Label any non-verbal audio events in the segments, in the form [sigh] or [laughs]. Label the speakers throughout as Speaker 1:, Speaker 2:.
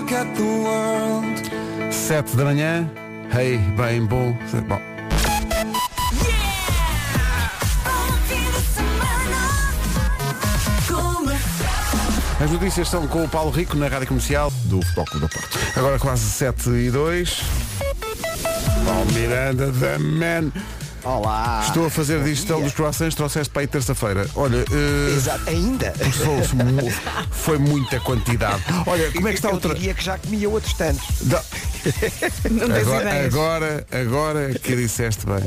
Speaker 1: at the world.
Speaker 2: 7 da manhã. Hey, bem bom. Bom, as notícias são com o Paulo Rico na Rádio Comercial do Futebol Clube da Porto. Agora quase 7 e 2. Paulo Miranda, the man.
Speaker 3: Olá.
Speaker 2: Estou a fazer digestão dos croissants, trouxeste para aí terça-feira. Olha, eh,
Speaker 3: Exato, ainda.
Speaker 2: sou- mu- foi muita quantidade. [laughs] Olha, como é que está
Speaker 3: eu
Speaker 2: o tra...
Speaker 3: diria que já comia outros tantos.
Speaker 2: Da-
Speaker 4: Não tens
Speaker 2: Agora,
Speaker 4: ideias.
Speaker 2: agora, agora que disseste bem.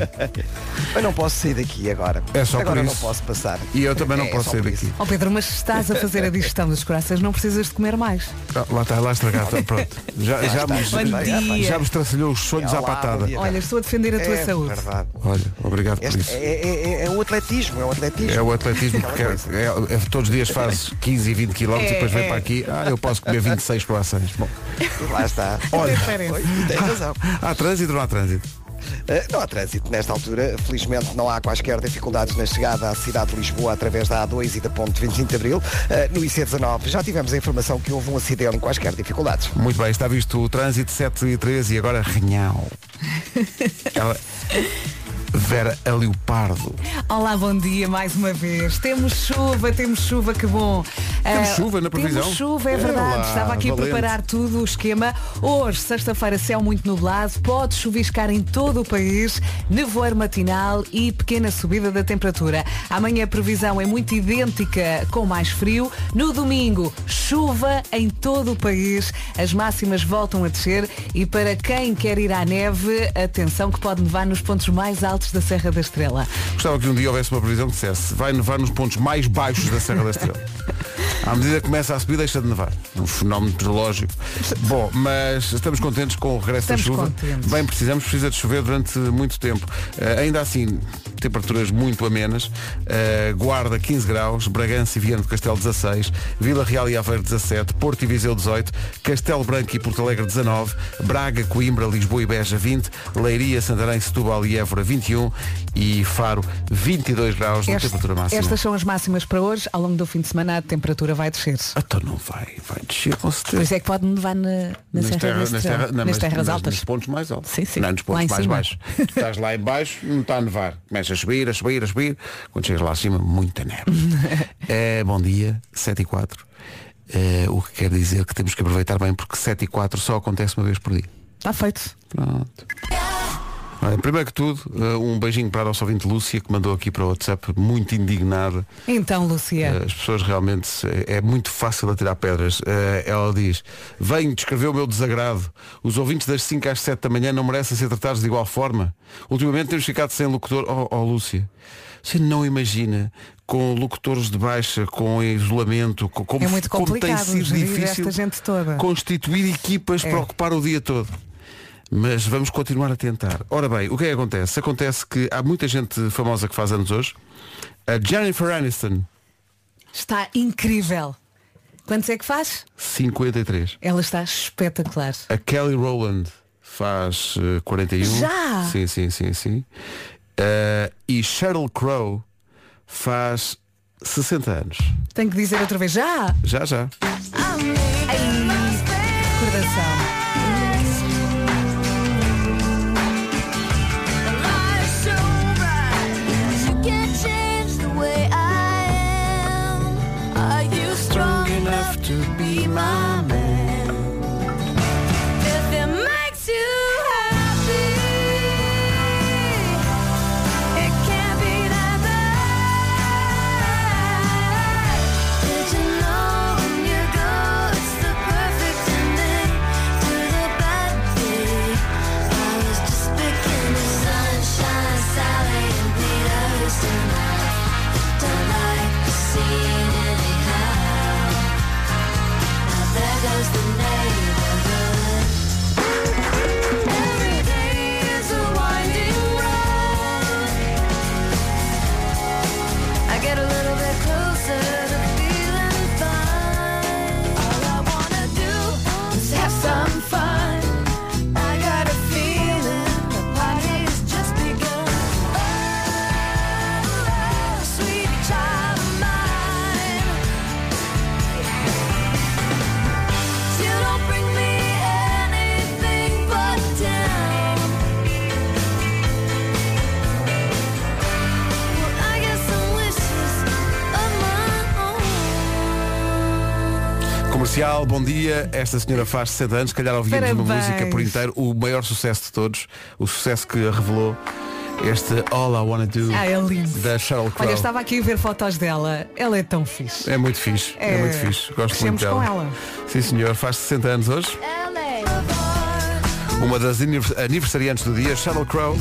Speaker 3: Eu não posso sair daqui agora.
Speaker 2: É só por
Speaker 3: agora
Speaker 2: isso.
Speaker 3: não posso passar.
Speaker 2: E eu também não
Speaker 3: É,
Speaker 2: posso
Speaker 3: só
Speaker 2: sair
Speaker 3: por
Speaker 2: daqui.
Speaker 3: isso.
Speaker 4: Oh Pedro, mas se estás a fazer a digestão dos corações, não precisas de comer mais.
Speaker 2: Ah, lá está, lá
Speaker 3: [laughs]
Speaker 2: estragado. tá, Pronto. Já, já, me,
Speaker 4: Bom dia.
Speaker 2: já me estracelhou os sonhos
Speaker 3: Olá,
Speaker 2: à patada.
Speaker 3: bom dia.
Speaker 4: Olha, estou a defender a tua
Speaker 3: É
Speaker 4: saúde.
Speaker 3: verdade.
Speaker 2: Olha, obrigado por
Speaker 3: Este
Speaker 2: isso.
Speaker 3: é, é- é- é o atletismo, é o atletismo.
Speaker 2: É o
Speaker 4: [laughs]
Speaker 2: atletismo porque é,
Speaker 3: Aquela
Speaker 2: é- é- todos os dias faz 15 e 20 km e
Speaker 4: É,
Speaker 2: depois vem
Speaker 4: é.
Speaker 2: para aqui, ah, eu posso comer 26 croissants. Bom,
Speaker 3: Lá está.
Speaker 2: Olha.
Speaker 3: Oi, tem razão.
Speaker 2: há trânsito ou não há trânsito?
Speaker 3: Eh, Não há trânsito nesta altura. Felizmente não há quaisquer dificuldades na chegada à cidade de Lisboa através da A2 e da Ponte 25 de Abril. Eh, No IC19 já tivemos a informação que houve um acidente em quaisquer dificuldades.
Speaker 2: Muito bem, está visto o trânsito 7 e 13 e agora
Speaker 4: [laughs]
Speaker 2: Renhal. Ela, Vera a Leopardo.
Speaker 4: Olá, bom dia mais uma vez. Temos chuva, temos chuva, que bom.
Speaker 2: Temos
Speaker 4: Ah,
Speaker 2: chuva na previsão?
Speaker 4: Temos chuva, é
Speaker 2: É
Speaker 4: verdade.
Speaker 2: lá,
Speaker 4: Estava aqui
Speaker 2: valente.
Speaker 4: a preparar tudo o esquema. Hoje, sexta-feira, céu muito nublado, pode chuviscar em todo o país, nevoeiro matinal e pequena subida da temperatura. Amanhã a previsão é muito idêntica com mais frio. No domingo, chuva em todo o país. As máximas voltam a descer e para quem quer ir à neve, atenção que pode nevar nos pontos mais altos da Serra da Estrela.
Speaker 2: Gostava que um dia houvesse uma previsão que dissesse vai nevar nos pontos mais baixos da Serra da Estrela. À medida que começa a subir, deixa de nevar. Um fenómeno meteorológico. Bom, mas estamos contentes com o regresso
Speaker 4: Estamos
Speaker 2: da chuva.
Speaker 4: contentes.
Speaker 2: Bem precisamos, precisa de chover durante muito tempo. Eh, ainda assim, temperaturas muito amenas. Eh, Guarda 15 graus, Bragança e Viana do Castelo 16, Vila Real e Aveiro 17, Porto e Viseu 18, Castelo Branco e Porto Alegre 19, Braga, Coimbra, Lisboa e Beja 20, Leiria, Santarém, Setúbal e Évora 21 e Faro 22 graus de
Speaker 4: Este-
Speaker 2: temperatura máxima.
Speaker 4: Estas são as máximas para hoje. Ao longo do fim de semana a temperatura vai descer.
Speaker 2: Então não vai, vai descer com
Speaker 4: Por
Speaker 2: certeza.
Speaker 4: isso é que pode nevar na, na
Speaker 2: Nas,
Speaker 4: Serra
Speaker 2: terra-
Speaker 4: da
Speaker 2: nas,
Speaker 4: Estrela,
Speaker 2: terra- não,
Speaker 4: nas
Speaker 2: mas-
Speaker 4: terras
Speaker 2: mas
Speaker 4: altas.
Speaker 2: Nos pontos mais altos.
Speaker 4: Sim, sim.
Speaker 2: Não, nos
Speaker 4: Lá
Speaker 2: pontos
Speaker 4: em
Speaker 2: mais
Speaker 4: cima.
Speaker 2: baixos. Tu estás lá em baixo, não está a nevar. Começa a subir, a subir, a subir. Quando chegas lá acima, muita
Speaker 4: [laughs]
Speaker 2: neve. é, bom dia, 7 e 4. É, o que quer dizer que temos que aproveitar bem porque 7 e 4 só acontece uma vez por dia.
Speaker 4: Está feito.
Speaker 2: Pronto. Olha, primeiro que tudo, eh, um beijinho para a nossa ouvinte Lúcia, que mandou aqui para o WhatsApp, muito indignada.
Speaker 4: Então, Lucia,
Speaker 2: Eh, As pessoas realmente se- é muito fácil atirar pedras. Eh, Ela diz, venho descrever o meu desagrado. Os ouvintes das 5 às 7 da manhã não merecem ser tratados de igual forma. Ultimamente temos ficado sem locutor. Oh, oh, Lúcia, você não imagina com locutores de baixa, com isolamento, co- como,
Speaker 4: É muito
Speaker 2: como tem
Speaker 4: complicado
Speaker 2: sido
Speaker 4: gerir
Speaker 2: difícil
Speaker 4: esta gente toda.
Speaker 2: constituir equipas
Speaker 4: É.
Speaker 2: para ocupar o dia todo. Mas vamos continuar a tentar. Ora bem, o que é que acontece? Acontece que há muita gente famosa que faz anos hoje. A Jennifer Aniston,
Speaker 4: está incrível. Quantos é que faz?
Speaker 2: 53.
Speaker 4: Ela está espetacular.
Speaker 2: A Kelly Rowland faz eh, 41.
Speaker 4: Já?
Speaker 2: Sim, sim, sim, sim. Eh, e Sheryl Crow faz 60 anos.
Speaker 4: Tenho que dizer outra vez, já!
Speaker 2: Já, já.
Speaker 4: Recordação.
Speaker 5: Oh, You don't bring me
Speaker 2: Comercial, bom dia. Esta senhora faz 60 anos, se calhar ouvimos uma
Speaker 4: Parabéns.
Speaker 2: música por inteiro, o maior sucesso de todos, o sucesso que a revelou este All I Wanna Do
Speaker 4: Ah, é lindo.
Speaker 2: da Sheryl Crow.
Speaker 4: Olha, estava aqui a ver fotos dela. Ela é tão fixe.
Speaker 2: É muito fixe, é,
Speaker 4: É,
Speaker 2: muito fixe. Gosto muito
Speaker 4: crescemos
Speaker 2: dela.
Speaker 4: com ela.
Speaker 2: Sim senhor, faz 60 anos hoje. Uma das anivers- aniversariantes do dia, Sheryl Crow,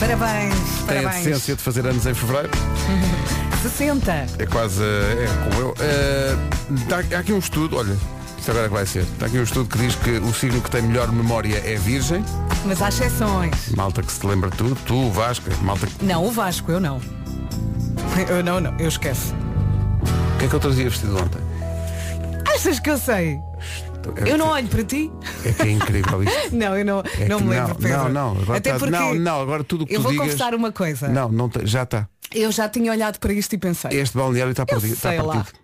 Speaker 4: Parabéns,
Speaker 2: tem a
Speaker 4: parabéns.
Speaker 2: decência de fazer anos em fevereiro.
Speaker 4: 60.
Speaker 2: É quase. eh, É como eu. Eh, tá- há aqui um estudo, olha, isto agora é que vai ser. Está aqui um estudo que diz que o signo que tem melhor memória é virgem.
Speaker 4: Mas há exceções.
Speaker 2: Malta que se lembra tudo, tu, Vasco, malta. que-
Speaker 4: Não, o Vasco, eu não. Eu não, não, eu esqueço.
Speaker 2: O que é que eu trazia vestido ontem?
Speaker 4: Achas que eu sei?
Speaker 2: É-
Speaker 4: Eu não olho para ti?
Speaker 2: É que é incrível isto.
Speaker 4: Não, eu não,
Speaker 2: É
Speaker 4: não
Speaker 2: que
Speaker 4: me lembro,
Speaker 2: não,
Speaker 4: Pedro.
Speaker 2: Não, não, agora
Speaker 4: Até
Speaker 2: tá-
Speaker 4: porque
Speaker 2: não, não, agora tudo o que
Speaker 4: eu
Speaker 2: tu
Speaker 4: vou
Speaker 2: digas-
Speaker 4: confessar uma coisa.
Speaker 2: Não, É não tem- já está.
Speaker 4: Eu já tinha olhado para isto e pensei.
Speaker 2: Este balneário está perdido. está
Speaker 4: sei lá.
Speaker 2: partido.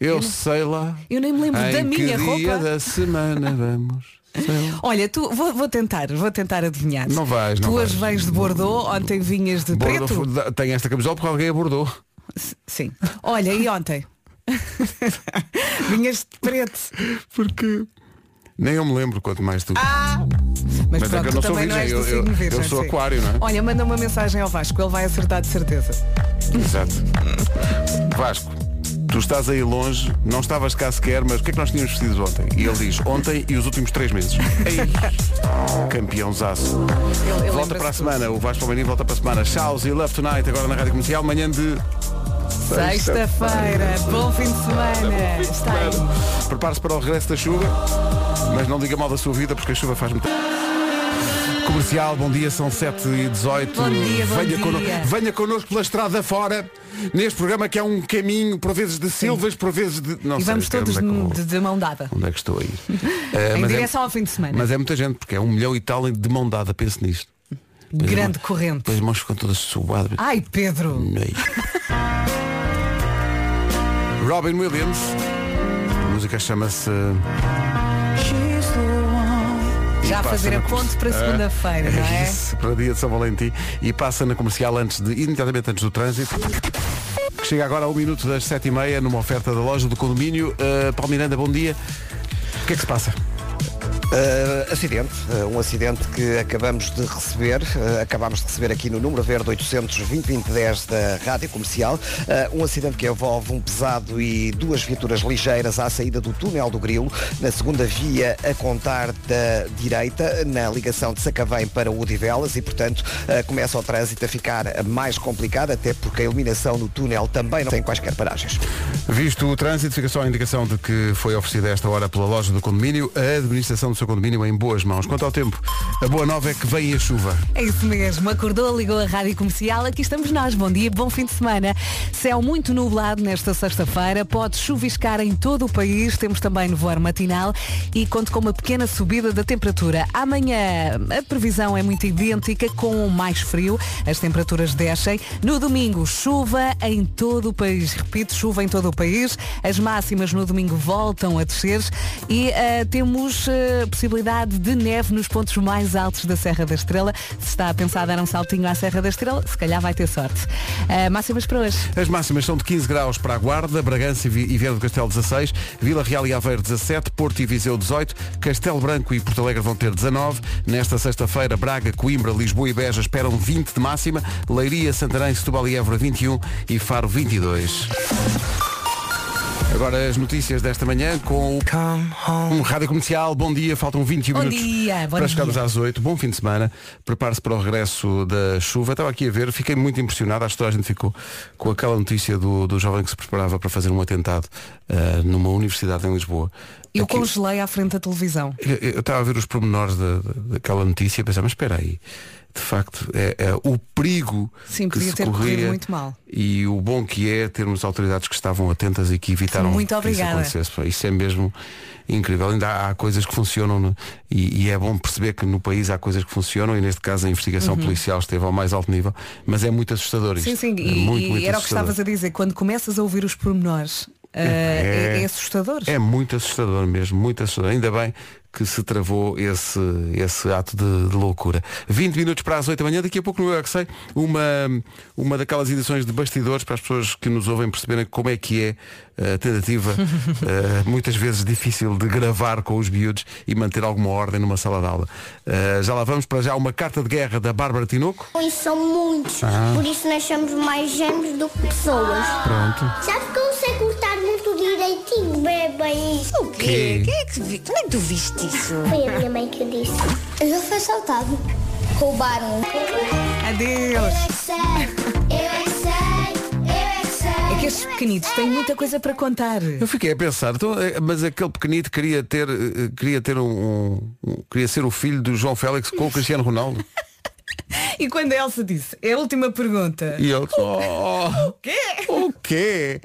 Speaker 2: Eu, sei lá.
Speaker 4: Eu nem me lembro
Speaker 2: em
Speaker 4: da minha
Speaker 2: que dia
Speaker 4: roupa.
Speaker 2: da semana vamos. Sei lá.
Speaker 4: Olha, tu vou, vou tentar, vou tentar adivinhar.
Speaker 2: Não vais, não
Speaker 4: Tu hoje
Speaker 2: vais.
Speaker 4: vens de Bordeaux, ontem vinhas de
Speaker 2: Bordo-
Speaker 4: preto.
Speaker 2: Tem esta camisola porque alguém abordou.
Speaker 4: S- Sim. Olha, e ontem? [laughs] vinhas de preto.
Speaker 2: Porque nem eu me lembro quanto mais tu.
Speaker 4: Mas,
Speaker 2: Mas é
Speaker 4: pronto,
Speaker 2: que eu
Speaker 4: tu
Speaker 2: não sou
Speaker 4: também não és
Speaker 2: virgem,
Speaker 4: do
Speaker 2: eu- eu-
Speaker 4: signo virgem.
Speaker 2: eu sou
Speaker 4: sim.
Speaker 2: aquário, não é?
Speaker 4: Olha, manda uma mensagem ao Vasco, ele vai acertar de certeza.
Speaker 2: Exato. Vasco, tu estás aí longe, não estavas cá sequer, mas o que é que nós tínhamos vestido ontem? E ele diz, ontem e os últimos três meses. Ei, campeãozaço.
Speaker 4: Ele- ele
Speaker 2: Volta para
Speaker 4: lembra-se
Speaker 2: a
Speaker 4: tudo.
Speaker 2: semana, o Vasco Palmeirinho volta para a semana. Chaos e Love Tonight, agora na Rádio Comercial, amanhã de... é
Speaker 4: Sexta-feira, bom fim de semana. Está aí.
Speaker 2: Prepare-se para o regresso da chuva, mas não diga mal da sua vida porque a chuva faz muito. Comercial, bom dia, são 7 e 18
Speaker 4: Bom dia, bom
Speaker 2: venha,
Speaker 4: dia.
Speaker 2: Connosco, venha connosco pela estrada fora, neste programa que é um caminho, por vezes de silvas, por vezes de. Não
Speaker 4: E
Speaker 2: sei,
Speaker 4: vamos
Speaker 2: cara,
Speaker 4: todos
Speaker 2: onde é que eu
Speaker 4: de,
Speaker 2: vou-
Speaker 4: de- de mão dada.
Speaker 2: Onde é que estou a
Speaker 4: [laughs]
Speaker 2: ir? Eh,
Speaker 4: Em
Speaker 2: mas,
Speaker 4: direção
Speaker 2: é,
Speaker 4: ao fim de semana.
Speaker 2: mas é muita gente, porque é um milhão e tal de mão dada, pense nisto. Depois as
Speaker 4: Grande
Speaker 2: mãos-
Speaker 4: corrente.
Speaker 2: Depois as mãos ficam todas suadas.
Speaker 4: Ai, Pedro.
Speaker 2: Nei. Robin Williams. A música chama-se.
Speaker 4: Já
Speaker 2: E
Speaker 4: a
Speaker 2: passa
Speaker 4: fazer
Speaker 2: na
Speaker 4: a
Speaker 2: comerci-
Speaker 4: ponte para
Speaker 2: Ah,
Speaker 4: segunda-feira, não é?
Speaker 2: Isso, para o dia de São Valentim. E passa na comercial antes de, imediatamente antes do trânsito. Que chega agora a um minuto das sete e meia numa oferta da loja do condomínio. Uh, Paulo Miranda, bom dia. O que é que se passa?
Speaker 3: Uh, acidente, uh, um acidente que acabamos de receber, uh, acabamos de receber aqui no número verde 820-2010 da Rádio Comercial, uh, um acidente que envolve um pesado e duas viaturas ligeiras à saída do túnel do Grilo, na segunda via a contar da direita, na ligação de Sacavém para Odivelas e, portanto, uh, começa o trânsito a ficar mais complicado, até porque a iluminação no túnel também não tem quaisquer paragens.
Speaker 2: Visto o trânsito, fica só a indicação de que foi oferecida esta hora pela loja do condomínio, a administração do seu condomínio em boas mãos. Quanto ao tempo, a boa nova é que vem a chuva.
Speaker 4: É isso mesmo. Acordou, ligou a rádio comercial. Aqui estamos nós. Bom dia, bom fim de semana. Céu muito nublado nesta sexta-feira. Pode chuviscar em todo o país. Temos também nevoar matinal e conto com uma pequena subida da temperatura. Amanhã a previsão é muito idêntica, com mais frio. As temperaturas descem. No domingo, chuva em todo o país. Repito, chuva em todo o país. As máximas no domingo voltam a descer e eh, temos eh, possibilidade de neve nos pontos mais altos da Serra da Estrela. Se está a pensar dar um saltinho à Serra da Estrela, se calhar vai ter sorte. Eh, máximas para hoje.
Speaker 2: As máximas são de 15 graus para a Guarda, Bragança e Vi- e Viana do Castelo 16, Vila Real e Aveiro 17, Porto e Viseu 18, Castelo Branco e Porto Alegre vão ter 19. Nesta sexta-feira, Braga, Coimbra, Lisboa e Beja esperam 20 de máxima, Leiria, Santarém, Setúbal e Évora 21 e Faro 22. Agora as notícias desta manhã com o um rádio comercial. Bom dia, faltam 21
Speaker 4: Bom
Speaker 2: minutos
Speaker 4: dia, bom
Speaker 2: para
Speaker 4: dia.
Speaker 2: chegarmos às 8. Bom fim de semana. Prepare-se para o regresso da chuva. Estava aqui a ver, fiquei muito impressionado. Acho que toda a gente ficou com aquela notícia do, do jovem que se preparava para fazer um atentado ah, numa universidade em Lisboa.
Speaker 4: Eu
Speaker 2: Aquilo-
Speaker 4: congelei à frente da televisão.
Speaker 2: eu- Eu estava a ver os pormenores da, da- daquela notícia e pensava, mas espera aí, de facto, é, é o perigo
Speaker 4: Sim,
Speaker 2: que
Speaker 4: podia
Speaker 2: se
Speaker 4: ter corrido
Speaker 2: corria
Speaker 4: muito mal.
Speaker 2: e o bom que é termos autoridades que estavam atentas e que evitaram
Speaker 4: Muito
Speaker 2: que isso
Speaker 4: obrigada.
Speaker 2: acontecesse. Pá, Isso é mesmo incrível. Ainda há, há coisas que funcionam no- e, e é bom perceber que no país há coisas que funcionam e neste caso a investigação policial esteve ao mais alto nível, mas é muito assustador isto.
Speaker 4: Uhum. Sim, sim,
Speaker 2: É
Speaker 4: e,
Speaker 2: muito,
Speaker 4: e
Speaker 2: muito
Speaker 4: era o que
Speaker 2: assustador.
Speaker 4: estavas a dizer. Quando começas a ouvir os pormenores, eh, é,
Speaker 2: É.
Speaker 4: é assustador.
Speaker 2: É muito assustador mesmo, muito assustador. Ainda bem que se travou esse, esse ato de, de loucura. 20 minutos para as 8 da manhã, daqui a pouco no Eu É Que Sei, uma, uma daquelas edições de bastidores para as pessoas que nos ouvem perceberem como é que é a
Speaker 4: [laughs]
Speaker 2: tentativa, eh, muitas vezes difícil de gravar com os miúdos e manter alguma ordem numa sala de aula. Eh, já lá vamos para já uma carta de guerra da Bárbara Tinoco.
Speaker 1: Cães são muitos,
Speaker 5: Ah.
Speaker 1: por isso nós somos mais gêmeos do que pessoas.
Speaker 2: Pronto.
Speaker 1: Sabe que eu sei cortar muito direitinho, bebem isso.
Speaker 5: O quê? Quem é que vi? Como é que tu viste isso?
Speaker 1: Foi a minha mãe que disse. Eu já fui assaltado. Roubaram.
Speaker 4: Adeus.
Speaker 1: é que sei, eu é que sei, eu é que sei.
Speaker 4: É que estes pequenitos têm muita coisa para contar.
Speaker 2: Eu fiquei a pensar, então, eh, mas aquele pequenito queria ter, eh, queria ter um, um- um- queria ser o filho do João Félix com o Cristiano
Speaker 4: [laughs]
Speaker 2: Ronaldo.
Speaker 4: E quando a Elsa disse, é a última pergunta.
Speaker 2: E ele, oh,
Speaker 4: Quê? [laughs]
Speaker 2: o quê?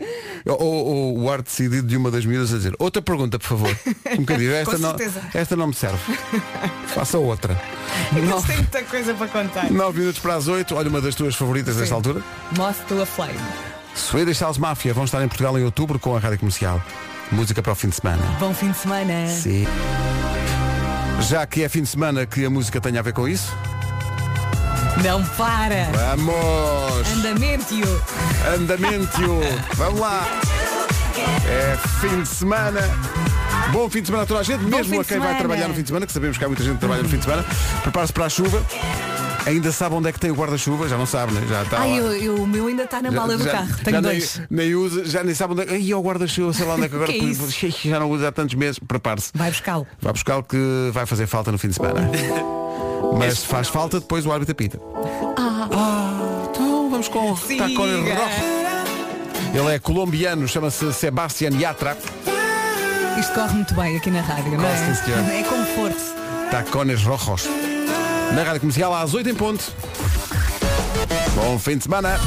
Speaker 2: Ou, ou o ar decidido de uma das miúdas a dizer, outra pergunta, por
Speaker 4: [laughs]
Speaker 2: favor. Um bocadinho, esta,
Speaker 4: Com
Speaker 2: não,
Speaker 4: certeza.
Speaker 2: esta não me serve. Faça outra.
Speaker 4: Eles têm muita coisa para contar.
Speaker 2: 9 minutos para as 8, olha uma das tuas favoritas nesta altura.
Speaker 4: Mostra a flame.
Speaker 2: Swedish House Mafia vão estar em Portugal em outubro com a Rádio Comercial. Música para o fim de semana.
Speaker 4: Bom fim de semana.
Speaker 2: Sim. Já que é fim de semana que a música tenha a ver com isso.
Speaker 4: Não para.
Speaker 2: Vamos!
Speaker 4: Andamento.
Speaker 2: Andamento! Vamos lá! É fim de semana! Bom fim de semana a toda a gente, mesmo
Speaker 4: fim
Speaker 2: a
Speaker 4: de
Speaker 2: quem vai
Speaker 4: semana.
Speaker 2: trabalhar no fim de semana, que sabemos que há muita gente que trabalha no fim de semana. Prepare-se para a chuva. Ainda sabe onde é que tem o guarda-chuva? Já não sabe, né? Já está. lá.
Speaker 4: Ai, eu, eu- o meu ainda está na mala do
Speaker 2: já,
Speaker 4: carro.
Speaker 2: já nem,
Speaker 4: Tenho dois.
Speaker 2: nem usa, já nem sabe onde é que. Ai, o guarda-chuva, sei lá onde é que agora
Speaker 4: [laughs] Que é isso?
Speaker 2: pus- [laughs] já não usa há tantos meses. Prepare-se.
Speaker 4: Vai buscá-lo.
Speaker 2: Vai buscar o que vai fazer falta no fim de semana.
Speaker 4: [laughs]
Speaker 2: Mas se faz falta, depois o árbitro apita. Ah, então vamos com o
Speaker 4: Siga.
Speaker 2: Taco de Rock. Ele é colombiano, chama-se Sebastián Yatra.
Speaker 4: Isto corre muito bem aqui na rádio, não
Speaker 2: Corre, sim, senhora.
Speaker 4: é? É conforto.
Speaker 2: Tacones Rojos. Na Rádio Comercial às 8 em ponto. Bom fim de semana.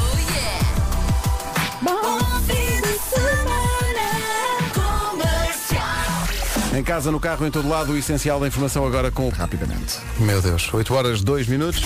Speaker 2: Em casa, no carro, em todo lado, o essencial da informação agora com... Rapidamente. Meu Deus, 8 horas, 2 minutos.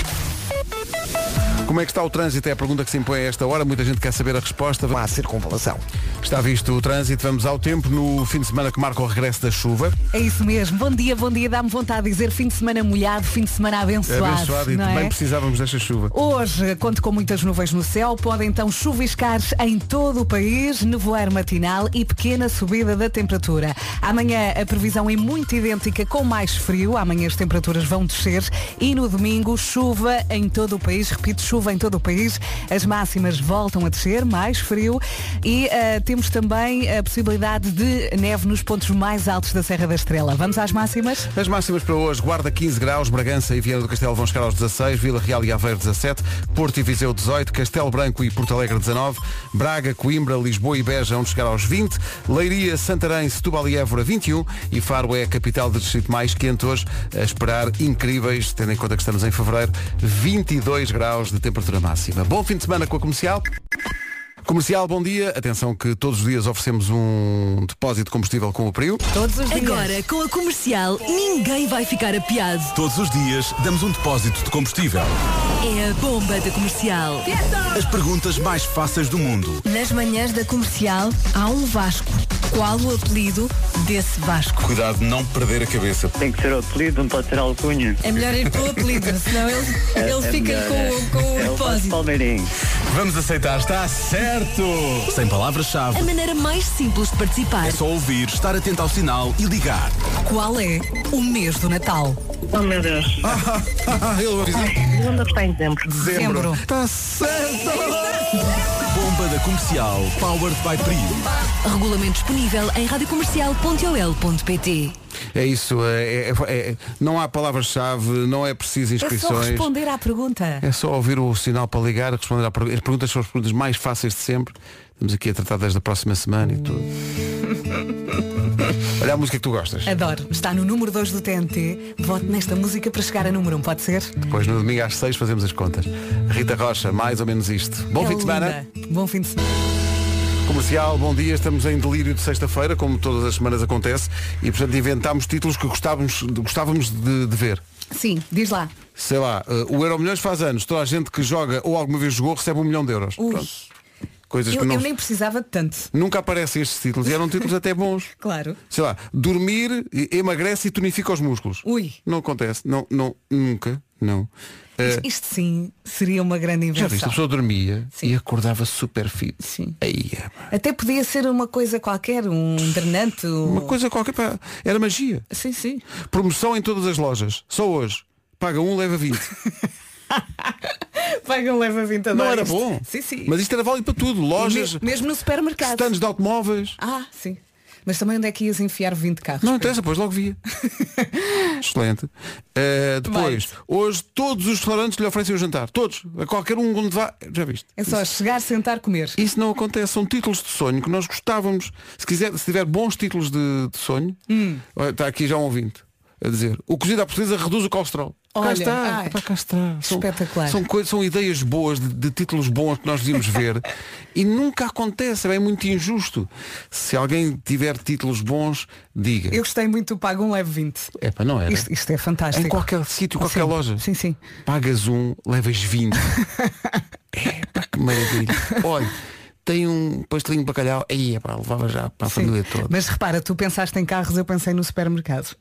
Speaker 2: Como é que está o trânsito? É a pergunta que se impõe a esta hora. Muita gente quer saber a resposta.
Speaker 3: Não há circunvalação.
Speaker 2: Está visto o trânsito, vamos ao tempo no fim de semana que marca o regresso da chuva.
Speaker 4: É isso mesmo. Bom dia, bom dia. Dá-me vontade de dizer fim de semana molhado, fim de semana abençoado.
Speaker 2: Abençoado e
Speaker 4: não
Speaker 2: também
Speaker 4: é?
Speaker 2: precisávamos desta chuva.
Speaker 4: Hoje conto com muitas nuvens no céu, pode então chuviscar em todo o país, nevoeiro matinal e pequena subida da temperatura. Amanhã a previsão é muito idêntica com mais frio, amanhã as temperaturas vão descer e no domingo chuva em todo o país, repito, chuva em todo o país, as máximas voltam a descer, mais frio e ah, temos também a possibilidade de neve nos pontos mais altos da Serra da Estrela. Vamos às máximas?
Speaker 2: As máximas para hoje, Guarda 15 graus, Bragança e Viana do Castelo vão chegar aos 16, Vila Real e Aveiro 17, Porto e Viseu 18, Castelo Branco e Porto Alegre 19, Braga, Coimbra, Lisboa e Beja vão chegar aos 20, Leiria, Santarém, Setúbal e Évora 21 e Faro é a capital do distrito mais quente hoje, a esperar incríveis, tendo em conta que estamos em fevereiro, 22 graus de temperatura máxima. Bom fim de semana com a Comercial. Comercial, bom dia. Atenção que todos os dias oferecemos um depósito de combustível com o Priu.
Speaker 4: Todos os dias.
Speaker 6: Agora, com a comercial, ninguém vai ficar apiado.
Speaker 7: Todos os dias damos um depósito de combustível.
Speaker 6: É a bomba da comercial.
Speaker 7: As perguntas mais fáceis do mundo.
Speaker 6: Nas manhãs da comercial, há um Vasco. Qual o apelido desse Vasco?
Speaker 7: Cuidado de não perder a cabeça.
Speaker 8: Tem que ser apelido, não pode ser alcunha.
Speaker 6: É melhor ir para o apelido, senão ele,
Speaker 2: É,
Speaker 6: ele fica com, com o
Speaker 8: É o Vasco
Speaker 6: depósito.
Speaker 8: Palmeirense.
Speaker 7: Vamos aceitar, está certo! Sem
Speaker 6: A
Speaker 7: palavras-chave.
Speaker 6: maneira mais simples de participar.
Speaker 7: É só ouvir, estar atento ao sinal e ligar.
Speaker 4: Qual é o mês do Natal?
Speaker 9: Oh meu Deus.
Speaker 2: Ele avisa.
Speaker 9: Onde está em dezembro?
Speaker 4: Dezembro.
Speaker 2: Está certo!
Speaker 7: Bomba da comercial, powered by Prio.
Speaker 6: Regulamento disponível em radiocomercial.ol.pt
Speaker 2: É isso, é- é- é- não há palavras-chave, não é preciso
Speaker 4: É só
Speaker 2: inscrições.
Speaker 4: responder à pergunta.
Speaker 2: É só ouvir o sinal para ligar, responder à pergunta. As perguntas são as perguntas mais fáceis de sempre. Estamos aqui a tratar das da próxima semana e tudo. Olha a música que tu gostas.
Speaker 4: Adoro. Está no número 2 do TNT. Vote nesta música para chegar a número 1, um, pode ser?
Speaker 2: Depois no domingo às seis fazemos as contas. Rita Rocha, mais ou menos isto. Bom
Speaker 4: É
Speaker 2: fim de semana.
Speaker 4: linda. Bom fim de semana.
Speaker 2: Comercial, bom dia. Estamos em delírio de sexta-feira, como todas as semanas acontece. E portanto inventámos títulos que gostávamos, gostávamos de- de ver.
Speaker 4: Sim, diz lá.
Speaker 2: sei lá, eh, o Euro Milhões faz anos, toda a gente que joga ou alguma vez jogou recebe um milhão de euros.
Speaker 4: Ui.
Speaker 2: Pronto. coisas
Speaker 4: Eu,
Speaker 2: que não.
Speaker 4: eu nem precisava de tanto.
Speaker 2: Nunca aparecem estes títulos e eram títulos até bons.
Speaker 4: [laughs] Claro.
Speaker 2: Sei lá, dormir e- emagrece e tonifica os músculos.
Speaker 4: Ui.
Speaker 2: Não acontece. Não, não, nunca, não. Eh,
Speaker 4: Isto, isto sim seria uma grande
Speaker 2: já viste, a
Speaker 4: invenção.
Speaker 2: pessoa dormia
Speaker 4: Sim.
Speaker 2: e acordava super fit.
Speaker 4: Sim.
Speaker 2: Aí, é,
Speaker 4: Até podia ser uma coisa qualquer, um drenante. um-
Speaker 2: uma coisa qualquer. pá, Era magia.
Speaker 4: Sim, sim.
Speaker 2: Promoção em todas as lojas. Só hoje. Paga um, leva 20.
Speaker 4: Pagam leva 20
Speaker 2: Não
Speaker 4: dólares.
Speaker 2: era bom.
Speaker 4: Sim, sim.
Speaker 2: Mas isto era válido para tudo. Lojas,
Speaker 4: Me- Mesmo no supermercado.
Speaker 2: stands de automóveis.
Speaker 4: Ah, sim. Mas também onde é que ias enfiar 20 carros?
Speaker 2: Não interessa, pois logo via. Excelente. Uh, depois, hoje todos os restaurantes lhe oferecem o jantar. Todos. A qualquer um onde vá. Já viste?
Speaker 4: [laughs] É só chegar, sentar, comer.
Speaker 2: Isso não acontece, são títulos de sonho que nós gostávamos. Se, quiser, se tiver bons títulos de, de sonho,
Speaker 4: Hum.
Speaker 2: olha, está aqui já um ouvinte a dizer, o cozido à portuguesa reduz o colesterol. cá
Speaker 4: Olha,
Speaker 2: está,
Speaker 4: ai.
Speaker 2: pá, cá está. São,
Speaker 4: Espetacular.
Speaker 2: São, coisas, são ideias boas, de, de títulos bons que nós
Speaker 4: [laughs]
Speaker 2: devíamos ver e nunca acontece, é muito injusto. Se alguém tiver títulos bons, diga.
Speaker 4: Eu gostei muito do Pago um Leve 20.
Speaker 2: É para não era.
Speaker 4: Isto, isto é fantástico.
Speaker 2: Em qualquer sítio, qualquer
Speaker 4: Sim,
Speaker 2: loja.
Speaker 4: Sim, sim.
Speaker 2: Pagas um, levas
Speaker 4: [laughs]
Speaker 2: 20. Epá, que maravilha. Olha, tem um pastelinho de bacalhau. Aí, epá, levava já para a
Speaker 4: Sim. é
Speaker 2: família toda.
Speaker 4: Mas repara, tu pensaste em carros, eu pensei no [laughs] supermercado.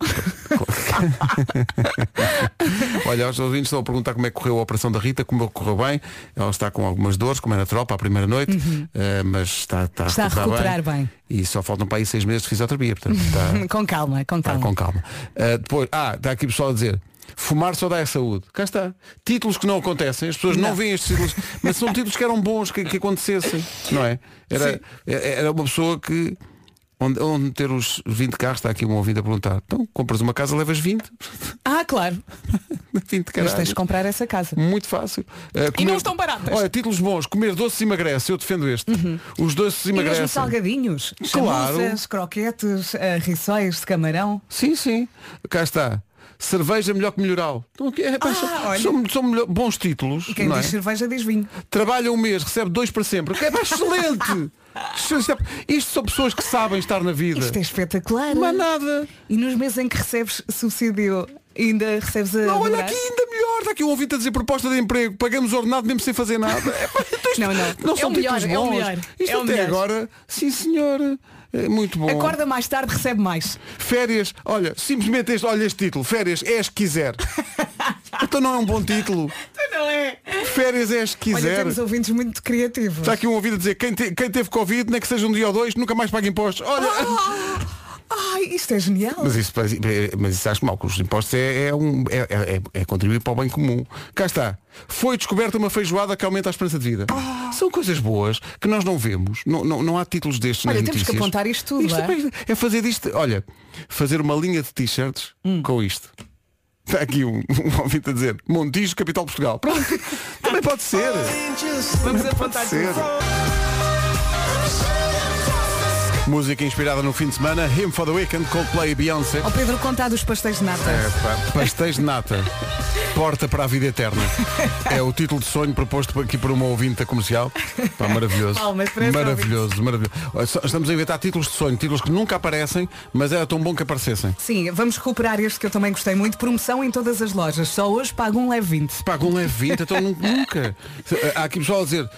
Speaker 2: Olha, os ouvintes estão a perguntar como é que correu a operação da Rita, como é que correu bem. Ela está com algumas dores, como é era tropa à primeira noite, eh, mas está, está,
Speaker 4: Uhum. Está a recuperar
Speaker 2: E só faltam para aí seis meses de fisioterapia, portanto
Speaker 4: [laughs]
Speaker 2: está,
Speaker 4: com calma, Ah, com
Speaker 2: está
Speaker 4: calma.
Speaker 2: com calma. Eh, depois, ah, está aqui pessoal a dizer. Fumar só dá é saúde. Cá está. Títulos que não acontecem, as pessoas não, veem estes títulos, mas são títulos que eram bons que, que acontecessem, não é? Era, era uma pessoa que. Onde, onde ter os 20 carros, está aqui um ouvinte a perguntar. Então, compras uma casa, levas 20.
Speaker 4: Ah, claro.
Speaker 2: 20 caralho.
Speaker 4: Mas tens de comprar essa casa.
Speaker 2: Muito fácil. Uh,
Speaker 4: não estão baratas. Uhum.
Speaker 2: Olha, títulos bons. Comer doces emagrece. Eu defendo este. Os doces
Speaker 4: E mesmo
Speaker 2: emagrecem.
Speaker 4: salgadinhos,
Speaker 2: Claro.
Speaker 4: chamusas, croquetes, ah, rissóis de camarão.
Speaker 2: Sim, sim. Cá está. Cerveja melhor que melhoral. Então, aqui, é, pá,
Speaker 4: Ah,
Speaker 2: são-
Speaker 4: olha.
Speaker 2: são, são melhor- bons títulos.
Speaker 4: E quem
Speaker 2: não é?
Speaker 4: diz cerveja diz vinho.
Speaker 2: Trabalha um mês, recebe dois para sempre. Que É pá,
Speaker 4: [laughs]
Speaker 2: excelente. Isto são pessoas que sabem estar na vida.
Speaker 4: Isto é espetacular.
Speaker 2: Não há nada.
Speaker 4: E nos meses em que recebes subsídio, ainda recebes a.
Speaker 2: Não, Ah, olha
Speaker 4: dobrar?
Speaker 2: aqui ainda melhor. Está aqui um ouvinte a dizer proposta de emprego. Pagamos ordenado mesmo sem fazer nada. É pá, então isto-
Speaker 4: Não, não.
Speaker 2: Não
Speaker 4: É
Speaker 2: são
Speaker 4: o melhor,
Speaker 2: títulos
Speaker 4: é o
Speaker 2: bons.
Speaker 4: melhor.
Speaker 2: Isto
Speaker 4: É o
Speaker 2: até
Speaker 4: melhor.
Speaker 2: agora, sim senhora. É muito bom.
Speaker 4: Acorda mais tarde, recebe mais.
Speaker 2: Férias, olha, simplesmente este, olha este título, férias és que
Speaker 4: [laughs]
Speaker 2: quiser. então não é um bom título.
Speaker 4: Não é?
Speaker 2: Férias és que
Speaker 4: Olha,
Speaker 2: quiser.
Speaker 4: temos um- ouvintes muito criativos.
Speaker 2: Está aqui um ouvido a dizer, quem, te- quem teve Covid, nem que seja um dia ou dois, nunca mais paga impostos. Oh, Olha.
Speaker 4: Ai, isto é genial.
Speaker 2: Mas isso, mas, mas isso acho mal, que os impostos é, é um, é, é- é contribuir para o bem comum. Cá está. Foi descoberta uma feijoada que aumenta a esperança de vida.
Speaker 4: Ah.
Speaker 2: São coisas boas que nós não vemos. Não, não, não há títulos destes
Speaker 4: Olha,
Speaker 2: nas
Speaker 4: temos que
Speaker 2: notícias.
Speaker 4: apontar isto tudo,
Speaker 2: Isto
Speaker 4: é?
Speaker 2: é, é fazer isto. Olha, fazer uma linha de t-shirts
Speaker 4: Hum.
Speaker 2: com isto. Está aqui um, [laughs] um ouvinte a dizer Montijo, capital de Portugal.
Speaker 4: [laughs]
Speaker 2: Pronto. Também pode ser.
Speaker 4: Vamos
Speaker 2: Pode é
Speaker 4: apontar
Speaker 2: ser. Música inspirada no fim de semana, Him for the Weekend, Coldplay e Beyoncé.
Speaker 4: Ó Pedro, conta dos pastéis de nata.
Speaker 2: É, pá, pastéis de nata. Porta para a vida eterna. É o título de sonho proposto aqui por uma ouvinte da comercial. Pá, maravilhoso.
Speaker 4: Palmas para essa
Speaker 2: maravilhoso, maravilhoso. Olha, só- Estamos a inventar títulos de sonho, títulos que nunca aparecem, mas era tão bom que aparecessem.
Speaker 4: Sim, vamos recuperar este que eu também gostei muito. Promoção em todas as lojas. Só hoje pago um leve 20.
Speaker 2: Pá, com um leve 20, então nu- nunca. eh, Há aqui pessoal a dizer.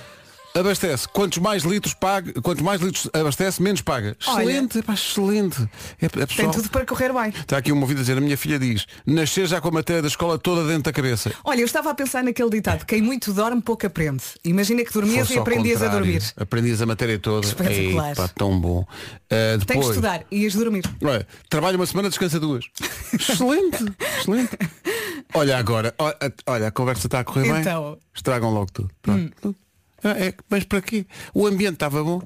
Speaker 2: Abastece, quantos mais litros paga, quanto mais litros abastece, menos paga.
Speaker 4: Olha.
Speaker 2: Excelente, pá, excelente. É, é
Speaker 4: Tem
Speaker 2: pessoal,
Speaker 4: tudo para correr bem.
Speaker 2: Está aqui uma ouvinte a dizer, a minha filha diz, nascer já com a matéria da escola toda dentro da cabeça.
Speaker 4: Olha, eu estava a pensar naquele ditado, quem muito dorme, pouco aprende. Imagina que dormias
Speaker 2: Fosse
Speaker 4: e
Speaker 2: ao
Speaker 4: aprendias a
Speaker 2: contrário,
Speaker 4: dormir.
Speaker 2: Aprendias a matéria toda.
Speaker 4: Espetacular.
Speaker 2: Epá, tão bom. Ah,
Speaker 4: Tens
Speaker 2: depois,
Speaker 4: de estudar e ias dormir.
Speaker 2: olha, trabalha uma semana, descansa
Speaker 4: [laughs]
Speaker 2: duas. excelente, excelente. Olha agora, ó- a- olha, a conversa está a correr bem.
Speaker 4: Então. Hum.
Speaker 2: Estragam logo tudo. Pronto. Ah, é, mas para quê? O ambiente estava bom.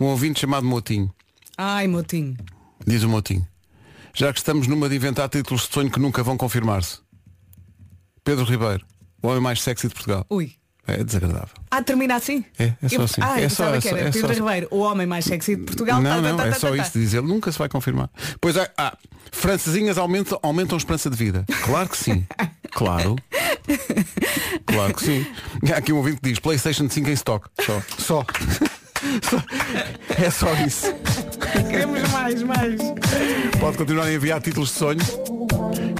Speaker 2: Um ouvinte chamado Motinho.
Speaker 4: Ai, motinho.
Speaker 2: Diz o Motinho. Já que estamos numa de inventar títulos de sonho que nunca vão confirmar-se. Pedro Ribeiro, o homem mais sexy de Portugal.
Speaker 4: Ui.
Speaker 2: É desagradável.
Speaker 4: Ah, termina assim?
Speaker 2: É, é só
Speaker 4: Eu-
Speaker 2: assim.
Speaker 4: Ah,
Speaker 2: É
Speaker 4: eu
Speaker 2: só-
Speaker 4: pensava
Speaker 2: é
Speaker 4: que
Speaker 2: só-
Speaker 4: era
Speaker 2: é
Speaker 4: Pedro
Speaker 2: só-
Speaker 4: Ribeiro, o homem mais sexy de Portugal.
Speaker 2: Não,
Speaker 4: Tá, tá,
Speaker 2: não,
Speaker 4: tá,
Speaker 2: é
Speaker 4: tá,
Speaker 2: só
Speaker 4: tá,
Speaker 2: isso
Speaker 4: tá.
Speaker 2: de dizer, nunca se vai confirmar. Pois há, ah, francesinhas aumentam, aumentam a esperança de vida. Claro que sim. Claro. Claro que sim. Há aqui um ouvinte que diz Playstation 5 em stock. Só. Só. Só. É só isso.
Speaker 4: Queremos mais, mais.
Speaker 2: Pode continuar a enviar títulos de sonho.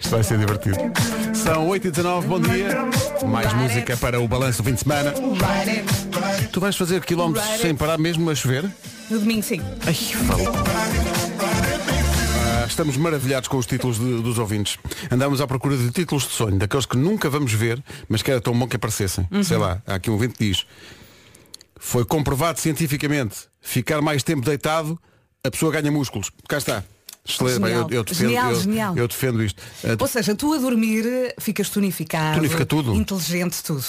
Speaker 2: Isto vai ser divertido. São 8h19, bom dia. Mais música para o balanço do fim de semana. Tu vais fazer quilómetros sem parar mesmo a chover?
Speaker 4: No domingo, sim.
Speaker 2: Ai, fala. Ah, Estamos maravilhados com os títulos de- dos ouvintes. Andámos à procura de títulos de sonho, daqueles que nunca vamos ver, mas que era tão bom que aparecessem.
Speaker 4: Uhum.
Speaker 2: Sei lá, há aqui um ouvinte que diz. Foi comprovado cientificamente. Ficar mais tempo deitado, a pessoa ganha músculos. Cá está. Excelente, bem, eu, eu
Speaker 4: Genial.
Speaker 2: defendo,
Speaker 4: Genial,
Speaker 2: eu-
Speaker 4: genial.
Speaker 2: eu defendo isto. Ah,
Speaker 4: Ou seja, tu a dormir eh, ficas tonificado.
Speaker 2: Tonifica tudo.
Speaker 4: Inteligente, tudo.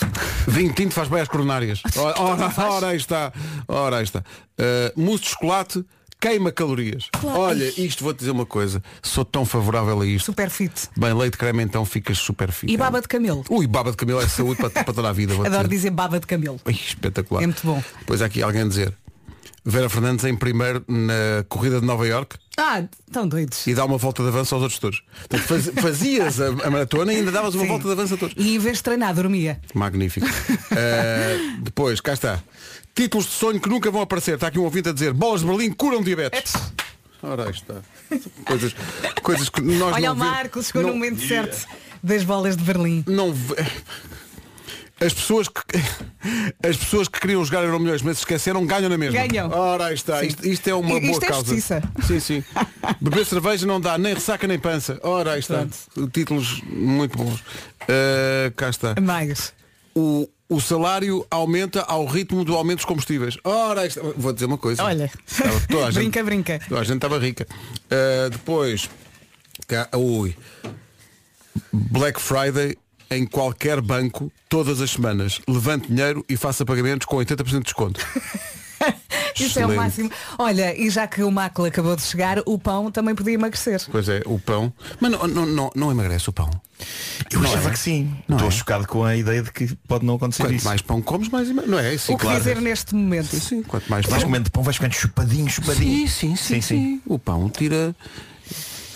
Speaker 2: Vinho tinto faz bem às
Speaker 4: [laughs]
Speaker 2: coronárias. Ora, ora, ora aí está. Ora aí está. Uh, mousse de chocolate queima calorias. Olha, isto vou-te dizer uma coisa. Sou tão favorável a isto.
Speaker 4: Super fit.
Speaker 2: Bem, leite de creme então ficas super fit.
Speaker 4: E baba de camelo.
Speaker 2: Ui, baba de camelo é saúde
Speaker 4: [laughs]
Speaker 2: para, para toda a vida. vou-te
Speaker 4: Adoro
Speaker 2: dizer.
Speaker 4: dizer baba de camelo.
Speaker 2: Ui, espetacular.
Speaker 4: É muito bom.
Speaker 2: Depois há aqui alguém a dizer. Vera Fernandes em primeiro na corrida de Nova York
Speaker 4: Ah, tão doidos.
Speaker 2: e dá uma volta de avanço aos outros todos. Portanto,
Speaker 4: [laughs]
Speaker 2: faz- fazias a, a maratona e ainda davas uma
Speaker 4: Sim.
Speaker 2: volta de avanço a todos.
Speaker 4: E em vez de treinar, dormia.
Speaker 2: Magnífico.
Speaker 4: [laughs]
Speaker 2: Uh, depois, cá está. Títulos de sonho que nunca vão aparecer. Está aqui um ouvinte a dizer, bolas de Berlim curam
Speaker 4: É
Speaker 2: diabetes. Ora aí está. Coisas, coisas que nós
Speaker 4: Olha
Speaker 2: não
Speaker 4: o
Speaker 2: vemos-
Speaker 4: Marco, chegou
Speaker 2: não,
Speaker 4: no momento certo das bolas de Berlim.
Speaker 2: não ve- As pessoas que as pessoas que queriam jogar Euro Milhões, mas se esqueceram, ganham na mesma.
Speaker 4: Ganham.
Speaker 2: Ora aí está.
Speaker 4: Sim.
Speaker 2: Isto, isto é uma
Speaker 4: Isto
Speaker 2: boa
Speaker 4: é
Speaker 2: causa.
Speaker 4: justiça.
Speaker 2: Sim,
Speaker 4: [laughs]
Speaker 2: sim. Beber cerveja não dá nem ressaca nem pança. Ora aí está. Títulos muito bons. Uh, cá está.
Speaker 4: Mais.
Speaker 2: o, o salário aumenta ao ritmo do aumento dos combustíveis. Ora, isto- vou dizer uma coisa.
Speaker 4: Olha.
Speaker 2: Estava- toda
Speaker 4: [laughs]
Speaker 2: a
Speaker 4: Brinca, brinca.
Speaker 2: Toda a gente estava rica. Ah, depois, cá, ui, Black Friday em qualquer banco, todas as semanas. Levante dinheiro e faça pagamentos com 80% de desconto.
Speaker 4: Isso é o
Speaker 2: Excelente.
Speaker 4: máximo. Olha, e já que o Marco acabou de chegar, o pão também podia emagrecer.
Speaker 2: Pois é, o pão. Mas não, não, não, não emagrece o pão.
Speaker 10: Eu
Speaker 2: Não
Speaker 10: achava
Speaker 2: é?
Speaker 10: que sim.
Speaker 2: Não
Speaker 10: Estou
Speaker 2: é?
Speaker 10: chocado com a ideia de que pode não acontecer
Speaker 2: Quanto
Speaker 10: isso.
Speaker 2: mais pão comes, mais emagrece. Não é? Sim,
Speaker 4: o que
Speaker 2: claro.
Speaker 4: dizer neste momento?
Speaker 2: Sim, sim. Quanto mais
Speaker 10: Vais
Speaker 2: pão,
Speaker 10: comendo pão, vais comendo chupadinho,
Speaker 2: Sim,
Speaker 10: chupadinho.
Speaker 2: sim, sim, sim, O pão tira.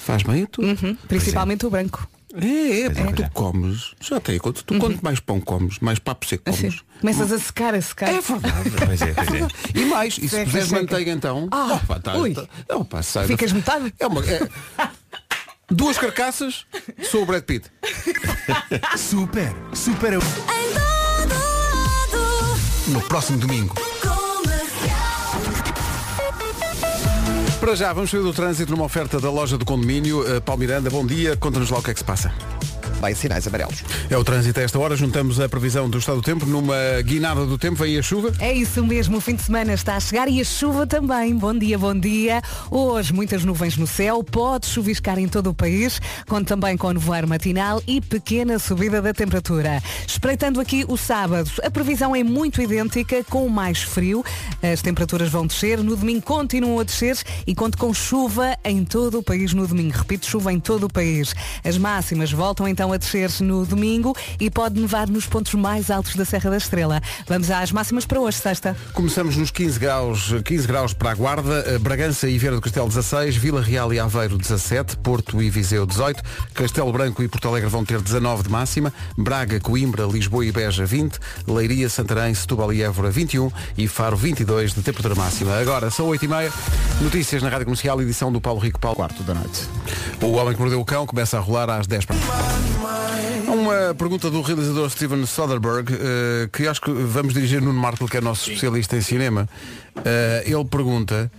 Speaker 2: Faz bem a tudo.
Speaker 4: Hum. Principalmente o branco.
Speaker 2: É, é,
Speaker 10: Pois é,
Speaker 2: porque
Speaker 10: pois é.
Speaker 2: tu comes. Já tem quanto,
Speaker 4: Uhum.
Speaker 2: tu quanto mais pão comes, mais papo seco comes.
Speaker 4: Assim. Começas a secar, a secar.
Speaker 2: É verdade.
Speaker 10: Pois é, pois é.
Speaker 2: E mais, e se
Speaker 4: Seca,
Speaker 2: puseres
Speaker 4: seca.
Speaker 2: manteiga então?
Speaker 4: é Ah,
Speaker 2: opa, tá-
Speaker 4: ui.
Speaker 2: tá- opa, sai da-
Speaker 4: Ficas metade?
Speaker 2: É uma. é- Duas carcaças, sou o Brad Pitt. [laughs]
Speaker 10: Super, super.
Speaker 2: No próximo domingo. Para já, vamos sair do trânsito numa oferta da loja do condomínio. Eh, Paulo Miranda, bom dia. Conta-nos lá o que é que se passa.
Speaker 3: Bem, sinais amarelos.
Speaker 2: É o trânsito a esta hora, juntamos a previsão do estado do tempo numa guinada do tempo, vem a chuva.
Speaker 4: É isso mesmo, o fim de semana está a chegar e a chuva também. Bom dia, bom dia. Hoje muitas nuvens no céu, pode chuviscar em todo o país, conto também com nevoeiro matinal e pequena subida da temperatura. Espreitando aqui o sábado, a previsão é muito idêntica, com mais frio, as temperaturas vão descer, no domingo continuam a descer e conto com chuva em todo o país no domingo. Repito, chuva em todo o país. As máximas voltam então a descer no domingo e pode nevar nos pontos mais altos da Serra da Estrela. Vamos às máximas para hoje, sexta.
Speaker 2: Começamos nos 15 graus, 15 graus para a Guarda, eh, Bragança e Vieira do Castelo 16, Vila Real e Aveiro 17, Porto e Viseu 18, Castelo Branco e Porto Alegre vão ter 19 de máxima, Braga, Coimbra, Lisboa e Beja 20, Leiria, Santarém, Setúbal e Évora 21 e Faro 22 de temperatura máxima. Agora são 8h30, notícias na Rádio Comercial, edição do Paulo Rico Paulo. Quarto da noite. O Homem que Mordeu o Cão começa a rolar às 10 para... Há Uma pergunta do realizador Steven Soderbergh, eh, que acho que vamos dirigir Nuno Marco, que é nosso especialista em cinema. Eh, ele pergunta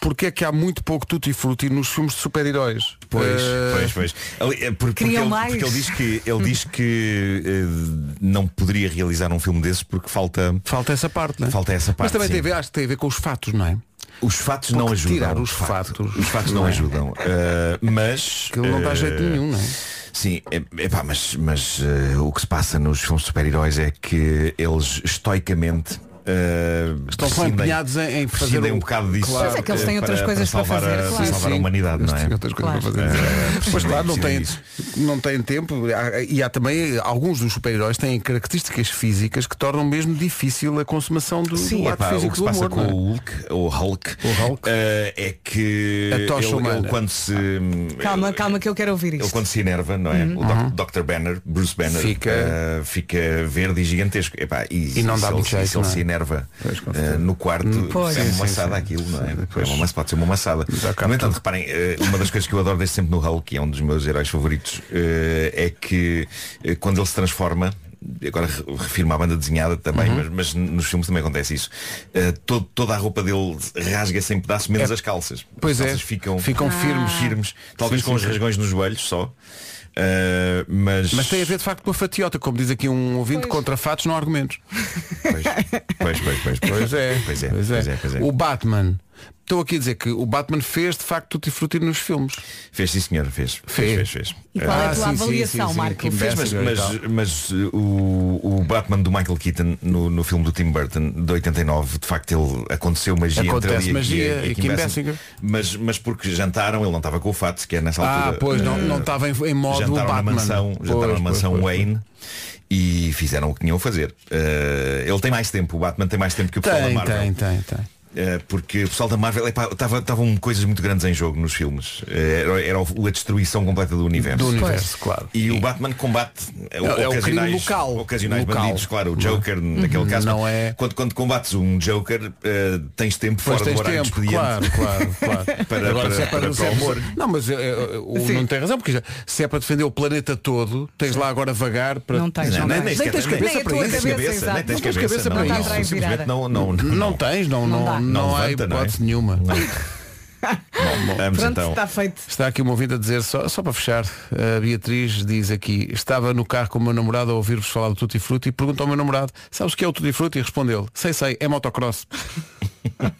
Speaker 2: porque é que há muito pouco tutti frutti nos filmes de super-heróis.
Speaker 10: Pois,
Speaker 2: Eh,
Speaker 10: pois, pois. Ali, é, por- Porque,
Speaker 4: Queriam
Speaker 10: ele,
Speaker 4: mais?
Speaker 10: porque ele diz que, ele diz que eh, não poderia realizar um filme desses porque falta.
Speaker 2: Falta essa parte, não é?
Speaker 10: Falta essa
Speaker 2: Mas
Speaker 10: parte,
Speaker 2: também
Speaker 10: sim.
Speaker 2: tem a ver, acho que tem a ver com os fatos, não é?
Speaker 10: Os fatos não
Speaker 2: Porque
Speaker 10: ajudam.
Speaker 2: tirar os
Speaker 10: de facto.
Speaker 2: fatos-
Speaker 10: Os fatos não,
Speaker 2: não é?
Speaker 10: ajudam. Eh, mas.
Speaker 2: Que ele não dá
Speaker 10: eh,
Speaker 2: jeito nenhum, não é?
Speaker 10: Sim, é, epá, mas, mas eh, o que se passa nos filmes de super-heróis é que eles estoicamente. eh,
Speaker 2: Estão só
Speaker 10: prescindem-
Speaker 2: empenhados em- em fazer
Speaker 10: prescindem
Speaker 2: o-
Speaker 10: um bocado disso.
Speaker 2: Claro.
Speaker 4: Mas é que eles
Speaker 10: eh,
Speaker 4: têm outras coisas para
Speaker 10: salvar
Speaker 4: fazer,
Speaker 10: a,
Speaker 4: claro.
Speaker 10: salvar a
Speaker 2: Sim.
Speaker 10: humanidade, não
Speaker 2: Eles
Speaker 10: é?
Speaker 2: têm outras coisas
Speaker 4: Claro.
Speaker 2: para fazer. Pois
Speaker 10: sim,
Speaker 2: claro, não
Speaker 10: sim, é
Speaker 2: têm,
Speaker 10: isso.
Speaker 2: não têm tempo. Há- E há também, alguns dos super-heróis têm características físicas que tornam mesmo difícil a consumação do,
Speaker 10: Sim,
Speaker 2: do
Speaker 10: é
Speaker 2: ato
Speaker 10: pá, o
Speaker 2: físico
Speaker 10: que se
Speaker 2: do
Speaker 10: passa
Speaker 2: amor.
Speaker 10: com
Speaker 2: não é?
Speaker 10: o Hulk, o Hulk,
Speaker 2: O Hulk.
Speaker 10: eh, é que
Speaker 2: A tocha
Speaker 10: ele- ele,
Speaker 2: humana.
Speaker 10: quando se
Speaker 4: Calma,
Speaker 10: ele-
Speaker 4: calma que eu quero ouvir
Speaker 10: Ele
Speaker 4: isto.
Speaker 10: quando se enerva, não é? O doc- Dr. Banner, Bruce Banner,
Speaker 2: Uhum. Fica-
Speaker 10: eh, fica verde e gigantesco. Epá, e,
Speaker 2: E não dá
Speaker 10: se
Speaker 2: muito
Speaker 10: ele,
Speaker 2: jeito,
Speaker 10: se ele
Speaker 2: não é? Hum,
Speaker 10: se erva eh, no quarto
Speaker 4: Pois.
Speaker 10: é
Speaker 4: Sim,
Speaker 10: uma
Speaker 4: sim,
Speaker 10: maçada
Speaker 2: sim.
Speaker 10: aquilo, não é?
Speaker 2: Pois.
Speaker 10: É uma maçada, pode ser uma maçada.
Speaker 2: capto.
Speaker 10: No entanto, reparem, eh, uma das coisas que eu adoro desde sempre no Hulk, que é um dos meus heróis favoritos, eh, é que eh, quando ele se transforma, agora re- refiro-me à banda desenhada também,
Speaker 2: Uhum.
Speaker 10: mas, mas nos filmes também acontece isso, eh, todo- toda a roupa dele rasga-se em pedaços, menos
Speaker 2: É.
Speaker 10: as calças.
Speaker 2: Pois
Speaker 10: as
Speaker 2: é.
Speaker 10: calças ficam,
Speaker 2: Ficam firmes.
Speaker 10: firmes, talvez
Speaker 2: Ah, Sim, sim,
Speaker 10: com os
Speaker 2: sim.
Speaker 10: rasgões nos joelhos só. eh, mas,
Speaker 2: Mas tem a ver de facto com a fatiota, como diz aqui um ouvinte, contra fatos não há argumentos.
Speaker 10: Pois, pois, pois, pois,
Speaker 2: Pois é.
Speaker 10: Pois é, pois é, pois é.
Speaker 2: O Batman. Estou aqui a dizer que o Batman fez de facto tutti frutti nos filmes.
Speaker 10: Fez sim senhor, fez.
Speaker 2: Fez. então.
Speaker 10: fez, fez.
Speaker 6: E qual é
Speaker 2: Ah,
Speaker 6: a tua
Speaker 2: sim, sim,
Speaker 6: avaliação,
Speaker 2: sim, sim.
Speaker 6: Marco?
Speaker 2: Que
Speaker 10: Fez, mas,
Speaker 2: Investigator e
Speaker 10: mas, mas, uh, o, o Batman do Michael Keaton no, no filme do Tim Burton de 89, de facto ele aconteceu magia entre
Speaker 2: Acontece
Speaker 10: ele e-
Speaker 2: magia
Speaker 10: e,
Speaker 2: e Kim Basinger.
Speaker 10: Mas, mas porque jantaram, ele não estava com o fato sequer nessa
Speaker 2: Ah,
Speaker 10: altura.
Speaker 2: pois, não,
Speaker 10: Eh,
Speaker 2: não estava em, em modo
Speaker 10: jantaram
Speaker 2: Batman.
Speaker 10: na mansão,
Speaker 2: Pois,
Speaker 10: jantaram
Speaker 2: pois,
Speaker 10: na mansão
Speaker 2: pois.
Speaker 10: Wayne e fizeram o que tinham a fazer. Eh, ele tem mais tempo, o Batman tem mais tempo que o pessoal da
Speaker 2: Tem,
Speaker 10: Marvel.
Speaker 2: tem, tem, tem.
Speaker 10: Eh, porque o pessoal da Marvel estavam coisas muito grandes em jogo nos filmes. Eh, era, era o- a destruição completa do universo.
Speaker 2: Do universo, claro.
Speaker 10: E o Batman combate eh,
Speaker 2: É- é o crime
Speaker 10: ocasionais,
Speaker 2: local.
Speaker 10: ocasionais
Speaker 2: Local. Uhum.
Speaker 10: bandidos, claro, o Joker naquele caso.
Speaker 2: Não
Speaker 10: mas
Speaker 2: é-
Speaker 10: quando, quando combates um Joker, eh, tens tempo
Speaker 2: Pois
Speaker 10: fora do
Speaker 2: tens
Speaker 10: horário
Speaker 2: tempo,
Speaker 10: expediente.
Speaker 2: claro,
Speaker 10: [laughs]
Speaker 2: claro, claro.
Speaker 10: Para- para-
Speaker 2: se é
Speaker 10: para-
Speaker 2: se
Speaker 10: para
Speaker 2: é
Speaker 10: o amor.
Speaker 2: Não, mas eh, eh, o- não tem razão, porque já- se é para defender o planeta todo, tens lá agora vagar para.
Speaker 4: Não tens,
Speaker 10: Não,
Speaker 4: não
Speaker 10: nem, nem
Speaker 4: tens. Nem
Speaker 10: sequer-
Speaker 4: tens
Speaker 10: nem-
Speaker 4: cabeça para
Speaker 10: nem tens
Speaker 4: isso.
Speaker 10: cabeça, nem tens
Speaker 4: Não tens
Speaker 10: cabeça,
Speaker 4: cabeça
Speaker 10: não,
Speaker 4: para
Speaker 10: não,
Speaker 4: isso. Não,
Speaker 10: simplesmente não- não-
Speaker 2: Não
Speaker 10: não-
Speaker 2: tens, não, não, não,
Speaker 4: dá.
Speaker 2: há
Speaker 10: levanta, não é?
Speaker 2: hipótese nenhuma.
Speaker 10: Não. Bom, vamos
Speaker 4: Pronto,
Speaker 10: então.
Speaker 4: está feito.
Speaker 2: Está aqui uma ouvinte a dizer, só, só para fechar, a Beatriz diz aqui, estava no carro com o meu namorado a ouvir-vos falar do Tutti Frutti e perguntou ao meu namorado, sabes o que é o Tutti Frutti? E respondeu, sei, sei, é motocross. Bom.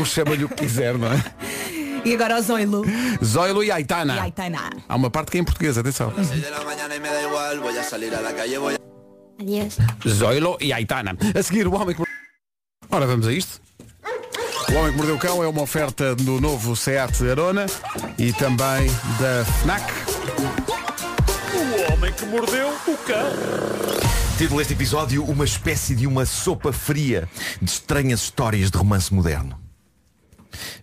Speaker 2: Um chama-lhe o que quiser, não é?
Speaker 6: E agora o Zoilo.
Speaker 2: Zoilo e Aitana.
Speaker 6: E Aitana.
Speaker 2: Há uma parte que é em português, atenção.
Speaker 1: Adeus.
Speaker 2: Zoilo e Aitana. A seguir, o homem que... Ora, vamos a isto. O Homem que Mordeu o Cão é uma oferta do novo Seat Arona e também da FNAC.
Speaker 10: Título deste episódio, uma espécie de uma sopa fria de estranhas histórias de romance moderno.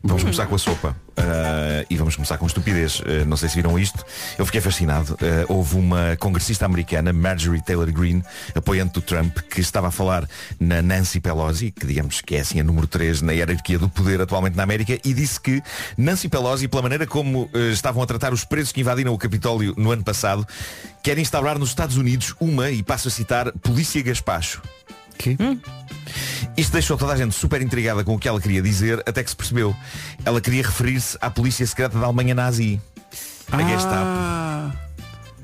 Speaker 10: Vamos começar com a sopa. Ah, e vamos começar com estupidez. Ah, não sei se viram isto. Eu fiquei fascinado. Ah, houve uma congressista americana, Marjorie Taylor Greene, apoiante do Trump, que estava a falar na Nancy Pelosi, que digamos que é assim a número 3 na hierarquia do poder atualmente na América, e disse que Nancy Pelosi, pela maneira como ah, estavam a tratar os presos que invadiram o Capitólio no ano passado, quer instaurar nos Estados Unidos uma, e passo a citar, polícia gaspacho. Isto deixou toda a gente super intrigada com o que ela queria dizer, até que se percebeu. Ela queria referir-se à polícia secreta da Alemanha nazi. é A Gestapo.
Speaker 2: Ah,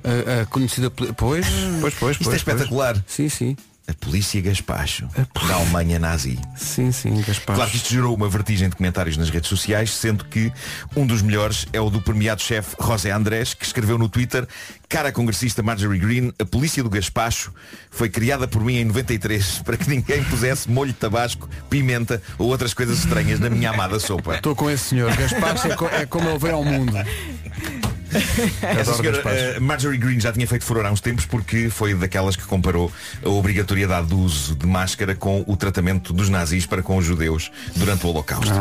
Speaker 2: a, a conhecida... poli- Pois, pois, pois.
Speaker 10: Isto
Speaker 2: pois,
Speaker 10: é espetacular.
Speaker 2: pois. Sim, sim.
Speaker 10: A polícia Gaspacho da Alemanha nazi.
Speaker 2: Sim, sim, Gaspar.
Speaker 10: Claro que isto gerou uma vertigem de comentários nas redes sociais, sendo que um dos melhores é o do premiado-chefe José Andrés, que escreveu no Twitter Cara congressista Marjorie Green, a polícia do Gaspacho foi criada por mim em 93 [laughs] para que ninguém pusesse molho de tabasco, pimenta ou outras coisas estranhas na minha amada sopa.
Speaker 2: Estou com esse senhor. Gaspar é, co- é como ele veio ao mundo.
Speaker 10: Essa
Speaker 2: Adoro
Speaker 10: senhora,
Speaker 2: Gaspar.
Speaker 10: eh, Marjorie Green já tinha feito furor há uns tempos porque foi daquelas que comparou a obrigatoriedade do uso de máscara com o tratamento dos nazis para com os judeus durante o Holocausto.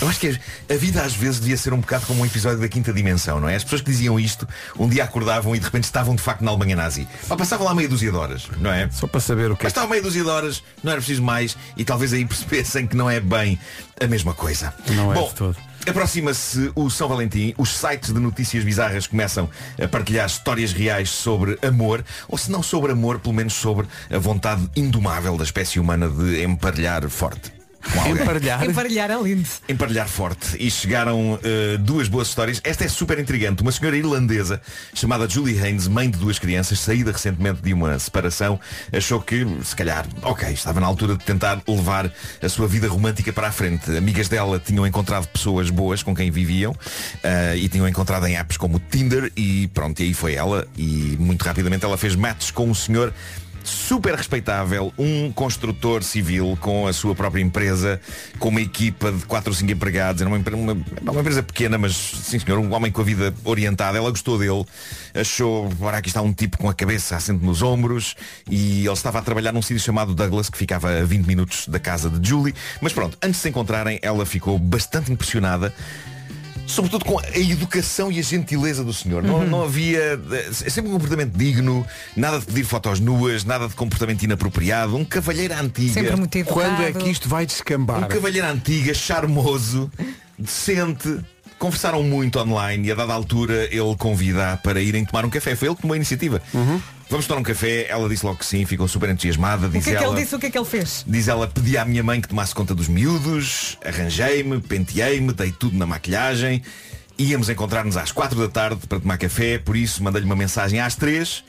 Speaker 10: Eu acho que a vida às vezes devia ser um bocado como um episódio da quinta dimensão, não é? As pessoas que diziam isto um dia acordavam e de repente estavam de facto na Alemanha nazi. Pá, passavam lá meia dúzia de horas, não é?
Speaker 2: Só para saber o que
Speaker 10: Mas
Speaker 2: é.
Speaker 10: estava meio dúzia de horas, não era preciso mais e talvez aí [laughs] percebessem que não é bem a mesma coisa.
Speaker 2: Não é
Speaker 10: Bom,
Speaker 2: de todo.
Speaker 10: Aproxima-se o São Valentim, os sites de notícias bizarras começam a partilhar histórias reais sobre amor, ou se não sobre amor, pelo menos sobre a vontade indomável da espécie humana de emparelhar forte.
Speaker 2: [laughs]
Speaker 10: com alguém.
Speaker 2: Emparelhar.
Speaker 4: Emparelhar é lindo.
Speaker 10: Emparelhar forte e chegaram eh, duas boas histórias. Esta é super intrigante. Uma senhora irlandesa chamada Julie Haynes, mãe de duas crianças, saída recentemente de uma separação, achou que, se calhar, ok, estava na altura de tentar levar a sua vida romântica para a frente. Amigas dela tinham encontrado pessoas boas com quem viviam eh, e tinham encontrado em apps como Tinder e pronto, e aí foi ela e muito rapidamente ela fez matches com um senhor super respeitável, um construtor civil com a sua própria empresa, com uma equipa de 4 ou 5 empregados, era uma, empre- uma- é uma empresa pequena, mas sim senhor, um homem com a vida orientada, ela gostou dele, achou, ora aqui está um tipo com a cabeça assente nos ombros e ele estava a trabalhar num sítio chamado Douglas, que ficava a 20 minutos da casa de Julie, mas pronto, antes de se encontrarem, ela ficou bastante impressionada Sobretudo com a educação e a gentileza do senhor. Não,
Speaker 4: Uhum.
Speaker 10: não havia. eh, Sempre um comportamento digno, nada de pedir fotos nuas, nada de comportamento inapropriado. Um cavalheiro à antiga.
Speaker 4: Sempre muito educado.
Speaker 2: Quando é que isto vai
Speaker 10: Um
Speaker 2: descambar?
Speaker 10: cavalheiro à antiga, charmoso, decente. Conversaram muito online e a dada altura ele convida para irem tomar um café. Foi ele que tomou a iniciativa. Vamos tomar um café, ela disse logo que sim, ficou super entusiasmada.
Speaker 4: Uhum. O
Speaker 10: Diz
Speaker 4: que é que
Speaker 10: ela,
Speaker 4: ele disse? O que é que ele fez?
Speaker 10: Diz ela, pedi à minha mãe que tomasse conta dos miúdos, arranjei-me, penteei-me, dei tudo na maquilhagem. Íamos encontrar-nos às quatro da tarde para tomar café, por isso mandei-lhe uma mensagem às três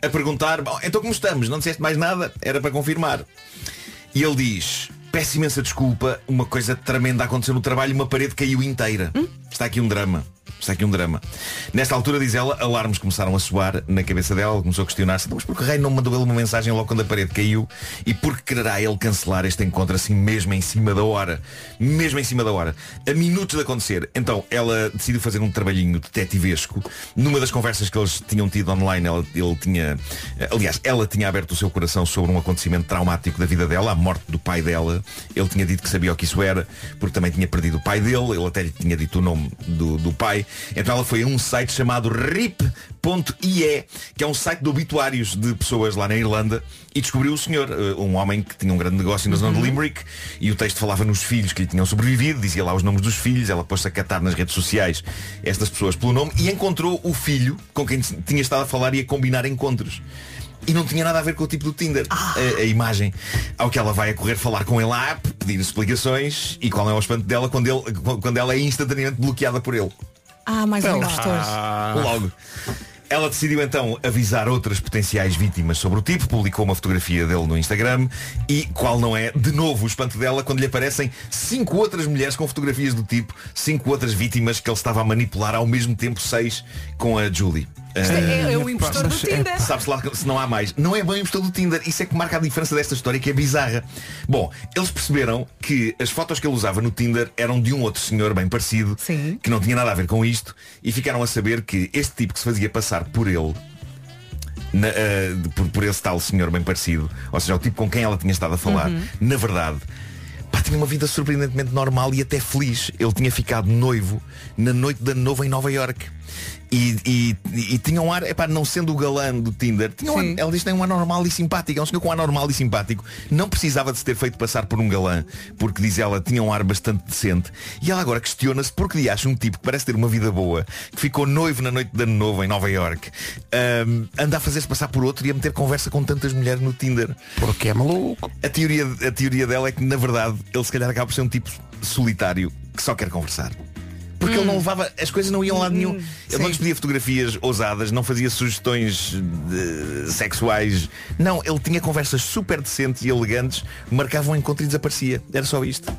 Speaker 10: a perguntar, "Bom, então como estamos? Não disseste mais nada? Era para confirmar. E ele diz, peço imensa desculpa, uma coisa tremenda aconteceu no trabalho, uma parede caiu inteira. Está aqui um drama. Está aqui um drama. Nesta altura, diz ela, alarmes começaram a soar na cabeça dela, ela começou a questionar-se, "Então, mas por que rei não mandou ele uma mensagem logo quando a parede caiu? E por que quererá ele cancelar este encontro assim mesmo em cima da hora? Mesmo em cima da hora. A minutos de acontecer. Então, ela decidiu fazer um trabalhinho detetivesco. Numa das conversas que eles tinham tido online, ela, ele tinha, eh, aliás, ela tinha aberto o seu coração sobre um acontecimento traumático da vida dela, a morte do pai dela. Ele tinha dito que sabia o que isso era, porque também tinha perdido o pai dele, ele até lhe tinha dito o nome do, do pai. Então ela foi a um site chamado rip.ie, que é um site de obituários de pessoas lá na Irlanda, e descobriu o senhor, eh, um homem que tinha um grande negócio na zona de Limerick, e o texto falava nos filhos que lhe tinham sobrevivido, dizia lá os nomes dos filhos, ela pôs-se a catar nas redes sociais estas pessoas pelo nome, e encontrou o filho com quem tinha estado a falar e a combinar encontros. E não tinha nada a ver com o tipo do Tinder a, a imagem Ao que ela vai a correr falar com ele à app Pedir explicações E qual é o espanto dela quando, ele, quando ela é instantaneamente bloqueada por ele
Speaker 4: Ah, mais um impostor.
Speaker 10: Logo Ela decidiu então avisar outras potenciais vítimas sobre o tipo Publicou uma fotografia dele no Instagram E qual não é, de novo, o espanto dela Quando lhe aparecem cinco outras mulheres com fotografias do tipo Cinco outras vítimas que ele estava a manipular Ao mesmo tempo seis com a Julie Ah,
Speaker 4: É, é o impostor do Tinder.
Speaker 10: Sabe-se lá se não há mais. Não é bem o impostor do Tinder. Isso é que marca a diferença desta história que é bizarra. Bom, eles perceberam que as fotos que ele usava no Tinder eram de um outro senhor bem parecido,
Speaker 4: Sim.
Speaker 10: que não tinha nada a ver com isto, e ficaram a saber que este tipo que se fazia passar por ele na- eh, de- por, por esse tal senhor bem parecido, ou seja, o tipo com quem ela tinha estado a falar, na verdade, pá, tinha uma vida surpreendentemente normal e até feliz. Ele tinha ficado noivo na noite da novo em Nova Iorque. E, e, e tinha um ar, epá, não sendo o galã do Tinder, tinha um ar,
Speaker 4: Sim.
Speaker 10: ela diz que tem um ar normal e simpático, é um senhor com um ar normal e simpático. Não precisava de se ter feito passar por um galã, porque diz ela, tinha um ar bastante decente. E ela agora questiona-se porque lhe acha um tipo que parece ter uma vida boa, que ficou noivo na noite de ano novo em Nova York, anda a fazer-se passar por outro e a meter conversa com tantas mulheres no Tinder.
Speaker 2: Porque é maluco.
Speaker 10: A teoria, a teoria dela é que, na verdade, ele se calhar acaba por ser um tipo solitário que só quer conversar. Porque ele não levava, as coisas não iam lá nenhum. Ele não lhes pedia fotografias ousadas, não fazia sugestões de- sexuais. Não, ele tinha conversas super decentes e elegantes, marcava um encontro e desaparecia. Era só isto.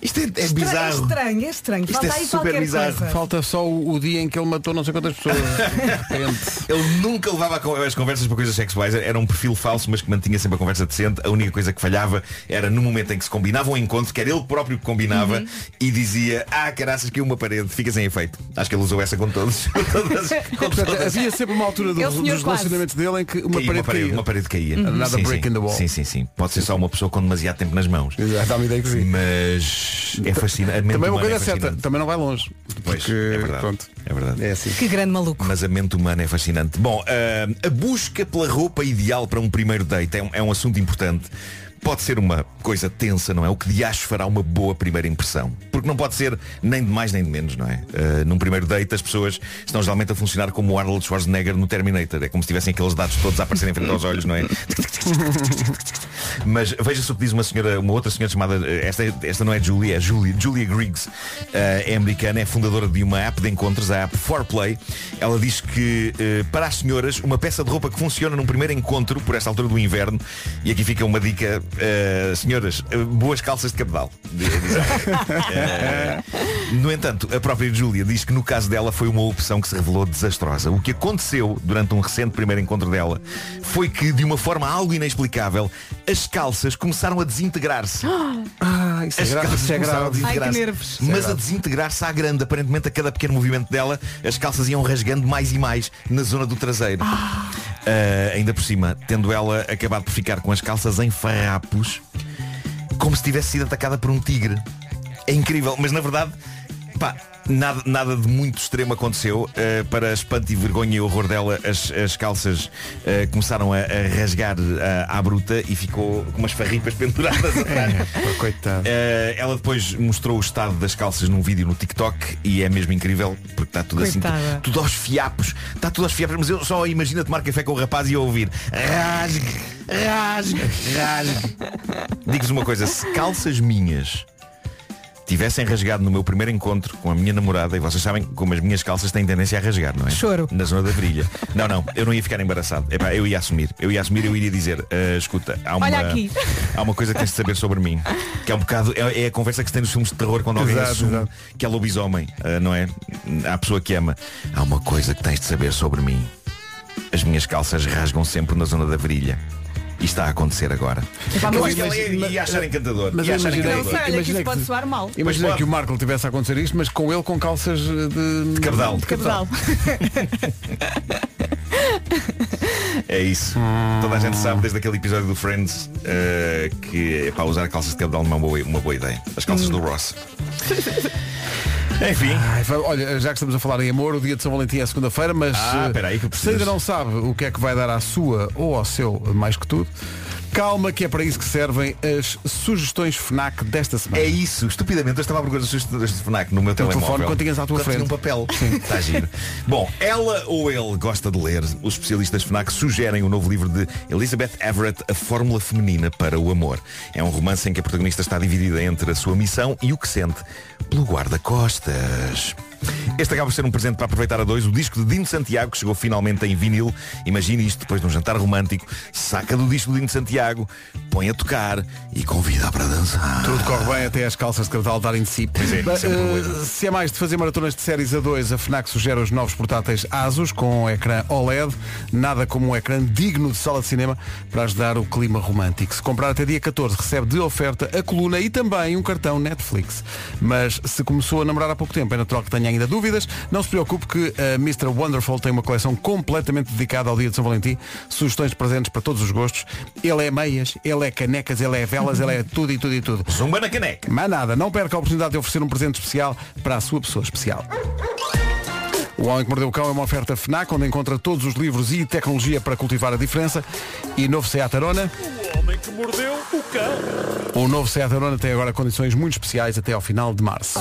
Speaker 10: Isto é, é
Speaker 4: É
Speaker 10: bizarro.
Speaker 4: estranho, é estranho.
Speaker 10: Isto
Speaker 4: Falta
Speaker 10: é
Speaker 4: aí
Speaker 10: super
Speaker 4: qualquer
Speaker 10: bizarro.
Speaker 4: coisa.
Speaker 2: Falta só o, o dia em que ele matou não sei quantas
Speaker 10: [laughs]
Speaker 2: pessoas. De repente.
Speaker 10: Ele nunca levava a con- as conversas para coisas sexuais, era um perfil falso, mas que mantinha sempre a conversa decente. A única coisa que falhava era no momento em que se combinava um encontro, que era ele próprio que combinava,
Speaker 2: Uhum.
Speaker 10: e dizia, ah, caraças, que uma parede, fica sem efeito. Acho que ele usou essa com todos. [laughs] com todas- com
Speaker 2: [laughs] Portanto,
Speaker 10: todas.
Speaker 2: havia sempre uma altura do-
Speaker 4: É o
Speaker 2: dos
Speaker 4: senhor quase.
Speaker 2: relacionamentos dele em que uma parede,
Speaker 10: Caía
Speaker 2: caía. Uhum.
Speaker 10: uma parede caía.
Speaker 2: Another
Speaker 10: sim,
Speaker 2: brick
Speaker 10: sim.
Speaker 2: in the wall.
Speaker 10: Sim, sim, sim. Pode ser só uma pessoa com demasiado tempo nas mãos.
Speaker 2: Exato, dá-me ideia que sim.
Speaker 10: Mas é fascinante. A mente
Speaker 2: Também uma
Speaker 10: humana
Speaker 2: coisa
Speaker 10: é
Speaker 2: é certa,
Speaker 10: fascinante.
Speaker 2: também não vai longe.
Speaker 10: Pois,
Speaker 2: Porque,
Speaker 10: é verdade.
Speaker 2: pronto.
Speaker 10: É verdade.
Speaker 2: É assim.
Speaker 4: Que grande maluco.
Speaker 10: Mas a mente humana é fascinante. Bom, ah, a busca pela roupa ideal para um primeiro date é um, é um assunto importante. Pode ser uma coisa tensa, não é? O que de acho fará uma boa primeira impressão. Porque não pode ser nem de mais nem de menos, não é? Ah, num primeiro date as pessoas estão geralmente a funcionar como o Arnold Schwarzenegger no Terminator. É como se tivessem aqueles dados todos a aparecerem em frente aos olhos, não é? Mas veja-se o que diz uma senhora, uma outra senhora chamada, eh, esta, esta não é Julia, é Julia, Julia Griggs, eh, é americana, é fundadora de uma app de encontros, a app 4Play. Ela diz que eh, para as senhoras, uma peça de roupa que funciona num primeiro encontro, por esta altura do inverno, e aqui fica uma dica, eh, senhoras, eh, boas calças de cabedal. Diz ela. Eh, no entanto, a própria Julia diz que no caso dela foi uma opção que se revelou desastrosa. O que aconteceu durante um recente primeiro encontro dela foi que, de uma forma algo inexplicável, as calças começaram a desintegrar-se.
Speaker 2: Ah, isso é
Speaker 10: As
Speaker 2: grave,
Speaker 10: calças
Speaker 2: isso é
Speaker 10: começaram a
Speaker 2: grave.
Speaker 10: desintegrar-se.
Speaker 4: Ai, que nervos.
Speaker 10: Mas a desintegrar-se à grande, aparentemente a cada pequeno movimento dela, as calças iam rasgando mais e mais na zona do traseiro. Ah, ainda por cima, tendo ela acabado por ficar com as calças em farrapos, como se tivesse sido atacada por um tigre. É incrível, mas na verdade, pá, Nada, nada de muito extremo aconteceu. eh, para espanto e vergonha e horror dela, as, as calças eh, começaram a, a rasgar eh, à bruta e ficou com umas farripas penduradas atrás.
Speaker 2: Pá, Coitado.
Speaker 4: É.
Speaker 10: Eh, ela depois mostrou o estado das calças num vídeo no TikTok e é mesmo incrível porque está tudo assim,
Speaker 4: Coitada.
Speaker 10: tu- tudo aos fiapos, está tudo aos fiapos, mas eu só imagino a tomar café com o rapaz e a ouvir rasgue, rasgue, rasgue. Digo-vos uma coisa, se calças minhas tivessem rasgado no meu primeiro encontro com a minha namorada, e vocês sabem como as minhas calças têm tendência a rasgar, não é?
Speaker 4: Choro.
Speaker 10: Na zona da brilha. Não, não, eu não ia ficar embaraçado. Epá, eu ia assumir. Eu ia assumir, eu iria dizer, "Ah, escuta, há uma,
Speaker 4: Olha aqui.
Speaker 10: há uma coisa que tens de saber sobre mim. Que é um bocado, é, é a conversa que se tem nos filmes de terror quando alguém
Speaker 2: Exato,
Speaker 10: assume
Speaker 2: exato.
Speaker 10: que é lobisomem, ah, não é? Há a pessoa que ama. Há uma coisa que tens de saber sobre mim. As minhas calças rasgam sempre na zona da virilha. E está a acontecer agora.
Speaker 4: Epá,
Speaker 10: eu
Speaker 4: mas
Speaker 10: acho que ela
Speaker 2: imagino-
Speaker 10: ia, ia achar encantador.
Speaker 2: Mas
Speaker 10: ia
Speaker 2: eu
Speaker 10: achar
Speaker 2: imaginei-
Speaker 4: Não
Speaker 10: encantador.
Speaker 4: sei, olha que
Speaker 2: Imaginei
Speaker 4: isso pode
Speaker 2: que-
Speaker 4: soar mal.
Speaker 2: Imagina
Speaker 10: pode.
Speaker 2: que o Marco tivesse a acontecer isto, mas com ele com calças eh, de, de
Speaker 10: cabedal.
Speaker 2: De
Speaker 4: Cabedal.
Speaker 10: É isso. Toda a gente sabe desde aquele episódio do Friends eh, que para usar calças de cabedal não é uma boa, uma boa ideia. As calças do Ross. Enfim.
Speaker 2: Ai, vai- olha, já que estamos a falar em amor, o dia de São Valentim é segunda-feira, mas
Speaker 10: Ah,
Speaker 2: eh,
Speaker 10: espera aí que eu
Speaker 2: se
Speaker 10: preciso.
Speaker 2: ainda não sabe o que é que vai dar à sua ou ao seu, mais que tudo, calma que é para isso que servem as sugestões FNAC desta semana.
Speaker 10: É isso, estupidamente. Eu estava a procurar as sugestões de FNAC no meu telemóvel.
Speaker 2: telefone, quando tinhas à tua
Speaker 10: Quando tinha
Speaker 2: frente.
Speaker 10: um papel. Está giro. Bom, ela ou ele gosta de ler. Os especialistas FNAC sugerem o novo livro de Elizabeth Everett, A Fórmula Feminina para o Amor. É um romance em que a protagonista está dividida entre a sua missão e o que sente pelo guarda-costas. Este acaba por ser um presente para aproveitar a dois o disco de Dino Santiago, que chegou finalmente em vinil. Imagine isto depois de um jantar romântico. Saca do disco de Dino Santiago, põe a tocar e convida-a para dançar.
Speaker 2: Tudo corre bem até as calças de cartão darem de si.
Speaker 10: Ah. é,
Speaker 2: Bem,
Speaker 10: sem problema.
Speaker 2: eh, se é mais de fazer maratonas de séries a 2, a FNAC sugere os novos portáteis ASUS com um ecrã OLED, nada como um ecrã digno de sala de cinema para ajudar o clima romântico. Se comprar até dia 14, recebe de oferta a coluna e também um cartão Netflix. Mas se começou a namorar há pouco tempo, é natural que tenha ainda dúvidas, não se preocupe que a Mr. Wonderful tem uma coleção completamente dedicada ao dia de São Valentim, sugestões de presentes para todos os gostos. Ele é meias, ele é canecas, ele é velas, ele é tudo e tudo e tudo.
Speaker 10: Zumba na caneca.
Speaker 2: Mas nada, não perca a oportunidade de oferecer um presente especial para a sua pessoa especial. O Homem que Mordeu o Cão é uma oferta FNAC, onde encontra todos os livros e tecnologia para cultivar a diferença. E novo Seat Arona. O Homem que Mordeu o Cão. O novo Seat Arona tem agora condições muito especiais até ao final de março.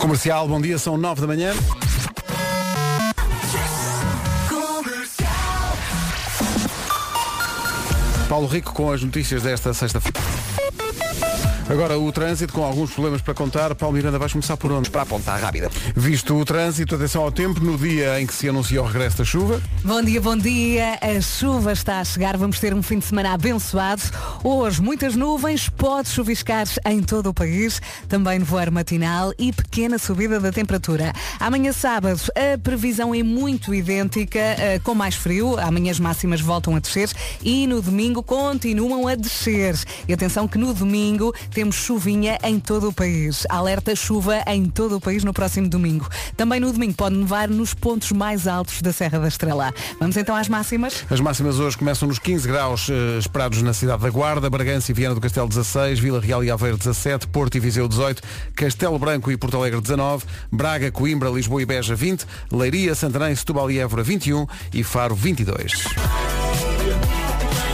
Speaker 2: Comercial, bom dia, são 9 da manhã. Paulo Rico com as notícias desta sexta-feira. Agora o trânsito com alguns problemas para contar. Paulo Miranda, vais começar por onde?
Speaker 3: Para apontar rápida.
Speaker 2: Visto o trânsito, atenção ao tempo, no dia em que se anuncia o regresso da chuva,
Speaker 4: Bom dia, bom dia. A chuva está a chegar. Vamos ter um fim de semana abençoado. Hoje, muitas nuvens, pode chuviscar em todo o país. Também nevoar matinal e pequena subida da temperatura. Amanhã, sábado, a previsão é muito idêntica, eh, com mais frio. Amanhã as máximas voltam a descer e no domingo continuam a descer. E atenção que no domingo temos chuvinha em todo o país. Alerta chuva em todo o país no próximo domingo. Também no domingo pode nevar nos pontos mais altos da Serra da Estrela. Vamos então às máximas?
Speaker 2: as máximas hoje começam nos 15 graus eh, esperados na cidade da Guarda, Bragança e Viana do Castelo 16, Vila Real e Aveiro 17, Porto e Viseu 18, Castelo Branco e Porto Alegre 19, Braga, Coimbra, Lisboa e Beja 20, Leiria, Santarém, Setúbal e Évora 21 e Faro 22.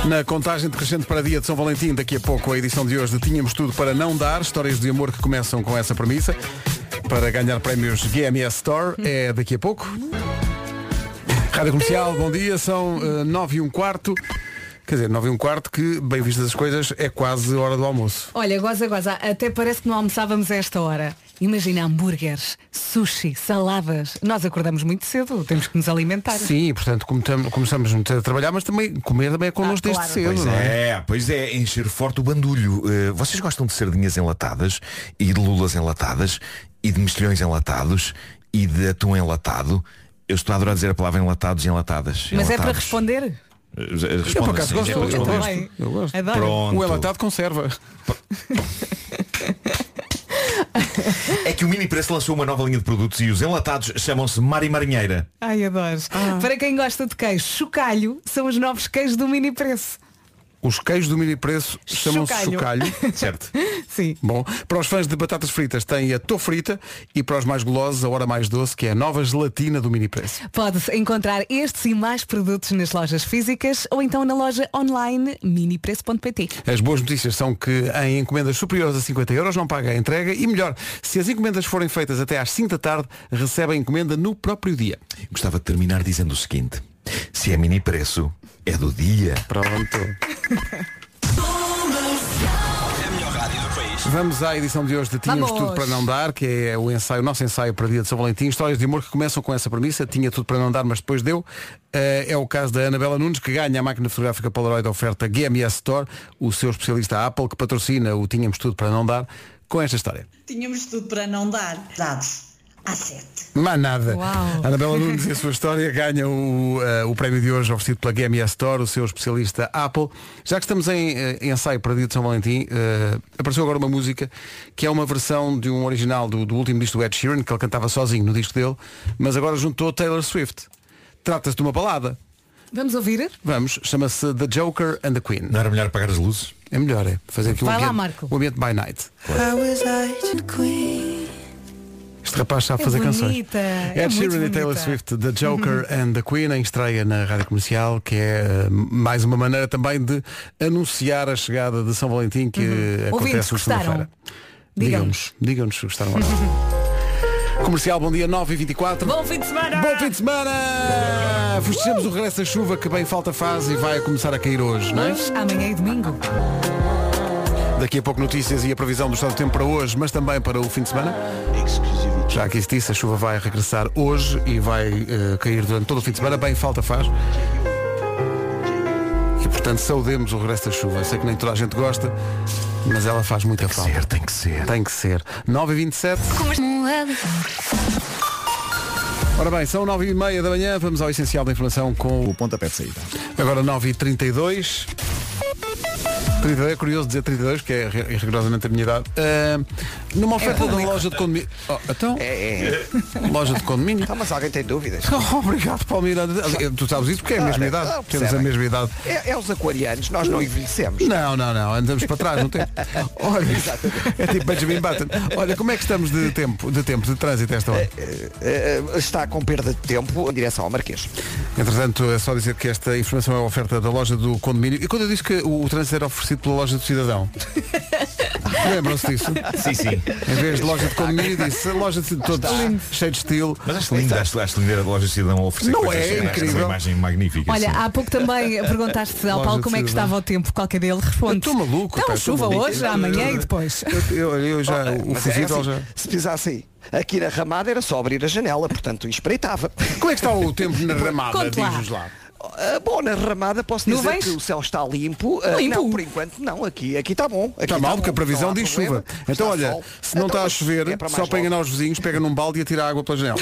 Speaker 2: Na contagem decrescente para dia de São Valentim, daqui a pouco a edição de hoje de Tínhamos Tudo para Não Dar, histórias de amor que começam com essa premissa. Para ganhar prémios GMS Store é daqui a pouco. Rádio Comercial, bom dia, são eh, nove e um quarto. Quer dizer, nove e um quarto que, bem vistas as coisas, é quase hora do almoço.
Speaker 4: Olha, goza, goza, até parece que não almoçávamos a esta hora. Imagina hambúrgueres, sushi, saladas. Nós acordamos muito cedo, temos que nos alimentar.
Speaker 2: Sim, portanto, como tam- começamos muito cedo a trabalhar, mas também comer também é connosco
Speaker 4: Ah,
Speaker 2: desde
Speaker 4: claro.
Speaker 2: cedo,
Speaker 10: Pois
Speaker 2: não é?
Speaker 10: é, pois é, encher forte o bandulho. Uh, vocês gostam de sardinhas enlatadas e de lulas enlatadas e de mexilhões enlatados e de atum enlatado? Eu estou a adorar dizer a palavra enlatados e enlatadas.
Speaker 4: Mas é para
Speaker 10: enlatados.
Speaker 4: responder?
Speaker 10: Uh, res-
Speaker 2: Eu por
Speaker 10: Responda,
Speaker 2: acaso
Speaker 10: sim,
Speaker 2: gosto,
Speaker 10: é
Speaker 2: eu
Speaker 10: para
Speaker 4: eu
Speaker 10: responder.
Speaker 4: também.
Speaker 2: gosto, eu gosto.
Speaker 4: Adoro.
Speaker 10: Pronto.
Speaker 2: O enlatado conserva.
Speaker 10: É que o Mini Preço lançou uma nova linha de produtos e os enlatados chamam-se Mari Marinheira.
Speaker 4: Ai, adoro. Para quem gosta de queijo, chocalho são os novos queijos do mini preço. [laughs]
Speaker 2: O Os queijos do mini preço chamam-se
Speaker 4: Chocalho.
Speaker 2: chocalho.
Speaker 10: Certo.
Speaker 4: Sim.
Speaker 2: Bom, para os fãs de batatas fritas tem a Tô Frita e para os mais golosos a Hora Mais Doce, que é a nova gelatina do mini preço.
Speaker 4: Pode encontrar estes e mais produtos nas lojas físicas ou então na loja online minipreço.pt.
Speaker 2: As boas notícias são que em encomendas superiores a 50 euros não paga a entrega e melhor, se as encomendas forem feitas até às 5 da tarde, recebe a encomenda no próprio dia.
Speaker 10: Gostava de terminar dizendo o seguinte. Se é mini preço, é do dia.
Speaker 2: Pronto. Vamos à edição de hoje de Tínhamos
Speaker 4: Vamos.
Speaker 2: Tudo para Não Dar, que é o ensaio, o nosso ensaio para dia de São Valentim. Histórias de humor que começam com essa premissa. Tinha tudo para não dar, mas depois deu. Eh, é o caso da Anabela Nunes, que ganha a máquina fotográfica Polaroid da oferta GMS Store, o seu especialista Apple, que patrocina o Tínhamos Tudo para Não Dar, com esta história.
Speaker 9: Tínhamos tudo para não dar. Dados. À sete.
Speaker 2: Mais nada.
Speaker 4: Uau.
Speaker 2: Anabela Nunes e a sua história ganha o, eh, o prémio de hoje oferecido pela GMS Store, o seu especialista Apple. Já que estamos em, eh, em ensaio para dia de São Valentim, eh, apareceu agora uma música que é uma versão de um original do, do último disco do Ed Sheeran, que ele cantava sozinho no disco dele, mas agora juntou Taylor Swift. Trata-se de uma balada.
Speaker 4: Vamos ouvir?
Speaker 2: Vamos, chama-se The Joker and the Queen.
Speaker 10: era melhor apagar as luzes?
Speaker 2: É melhor, é fazer aqui um
Speaker 4: Vai lá,
Speaker 2: ambiente,
Speaker 4: Marco.
Speaker 2: um ambiente by night. Este rapaz sabe
Speaker 4: É
Speaker 2: fazer
Speaker 4: bonita,
Speaker 2: canções.
Speaker 4: é
Speaker 2: Ed
Speaker 4: muito
Speaker 2: Sheeran e Taylor
Speaker 4: bonita. Uhum.
Speaker 2: Swift, The Joker and the Queen, em estreia na rádio comercial, que é eh, mais uma maneira também de anunciar a chegada de São Valentim, que eh,
Speaker 4: Uhum. Ouvintes,
Speaker 2: acontece na
Speaker 4: gostaram?
Speaker 2: segunda-feira.
Speaker 4: Digam-nos.
Speaker 2: Digam-nos, digam-nos se gostaram ou não.
Speaker 4: [laughs]
Speaker 2: comercial, bom dia, 9 e 24
Speaker 4: Bom Uh! fim de semana!
Speaker 2: Bom fim de semana! Festejamos o regresso da chuva que bem falta faz e vai começar a cair hoje, não é?
Speaker 4: Hoje, amanhã e domingo.
Speaker 2: Daqui a pouco notícias e a previsão do estado do tempo para hoje, mas também para o fim de semana. Já aqui se disse, a chuva vai regressar hoje e vai eh, cair durante todo o fim de semana. Bem, falta faz. E portanto saudemos o regresso da chuva. Sei que nem toda a gente gosta, mas ela faz muita falta.
Speaker 10: Ser, tem que ser.
Speaker 2: Tem que ser. 9 e 27 Ora bem, são 9 e meia da manhã. Vamos ao essencial da informação com o
Speaker 7: pontapé de saída.
Speaker 2: Agora 9h32. 32, é curioso dizer 32, que é ri- rigorosamente a minha idade. Ah, numa oferta da loja de condomínio. Oh, então,
Speaker 3: É, é.
Speaker 2: loja de condomínio.
Speaker 3: [laughs] Então, mas alguém tem dúvidas?
Speaker 2: Oh, obrigado, Paulo Miranda. Ali- Tu sabes isso porque é a mesma
Speaker 3: Claro,
Speaker 2: idade.
Speaker 3: claro,
Speaker 2: Temos a
Speaker 3: percebem.
Speaker 2: mesma idade.
Speaker 3: É, é os aquarianos, nós não envelhecemos.
Speaker 2: Não, não, não. Andamos para trás, não tem. Olha, é tipo Benjamin Button. Olha, como é que estamos de tempo, de tempo, de trânsito a esta hora?
Speaker 3: Eh, eh, está com perda de tempo em direção ao Marquês.
Speaker 2: Entretanto, é só dizer que esta informação é oferta da loja do condomínio. E quando eu disse que o, o trânsito era oferecido pela loja do cidadão? Lembram-se disso?
Speaker 10: Sim, sim.
Speaker 2: Em vez de loja de condomínio, disse loja de todos cheio de estilo.
Speaker 10: [laughs] Mas acho lindo, acho, acho lindo a loja de Cidadão a oferecer
Speaker 2: Não
Speaker 10: coisas
Speaker 2: é?
Speaker 10: assim, acho que
Speaker 2: Incrível.
Speaker 10: uma imagem magnífica.
Speaker 4: Olha,
Speaker 10: sim.
Speaker 4: há
Speaker 2: [laughs]
Speaker 4: pouco também perguntaste ao
Speaker 2: Loja
Speaker 4: Paulo
Speaker 2: de
Speaker 4: como é que
Speaker 2: cidadão.
Speaker 4: estava o tempo. Qualquer dele responde.
Speaker 2: Eu tô maluco, pá,
Speaker 4: Então,
Speaker 2: eu tô
Speaker 4: chuva
Speaker 2: maluco. Então,
Speaker 4: hoje, amanhã e depois.
Speaker 2: Eu, eu- eu já, Ah, o
Speaker 3: Mas é
Speaker 2: fusível
Speaker 3: assim,
Speaker 2: já.
Speaker 3: Se pisasse aí, aqui na ramada era só abrir a janela, portanto espreitava.
Speaker 2: Como é que está o tempo na ramada?
Speaker 4: Conte lá.
Speaker 2: Diz-nos lá.
Speaker 3: Ah, bom, na ramada posso dizer
Speaker 4: Nuvens?
Speaker 3: que o céu está limpo. Ah,
Speaker 4: Limpo?
Speaker 3: Não, por enquanto não. Aqui aqui está bom. Aqui
Speaker 2: Está Tá mal,
Speaker 3: bom,
Speaker 2: porque a previsão
Speaker 3: não há
Speaker 2: diz
Speaker 3: problema,
Speaker 2: chuva. Então,
Speaker 3: está
Speaker 2: olha,
Speaker 3: sol.
Speaker 2: se não
Speaker 3: Então,
Speaker 2: está a
Speaker 3: mas
Speaker 2: chover,
Speaker 3: é para
Speaker 2: só
Speaker 3: mais
Speaker 2: para
Speaker 3: logo.
Speaker 2: enganar os vizinhos, pega num balde e atira a água pela janela.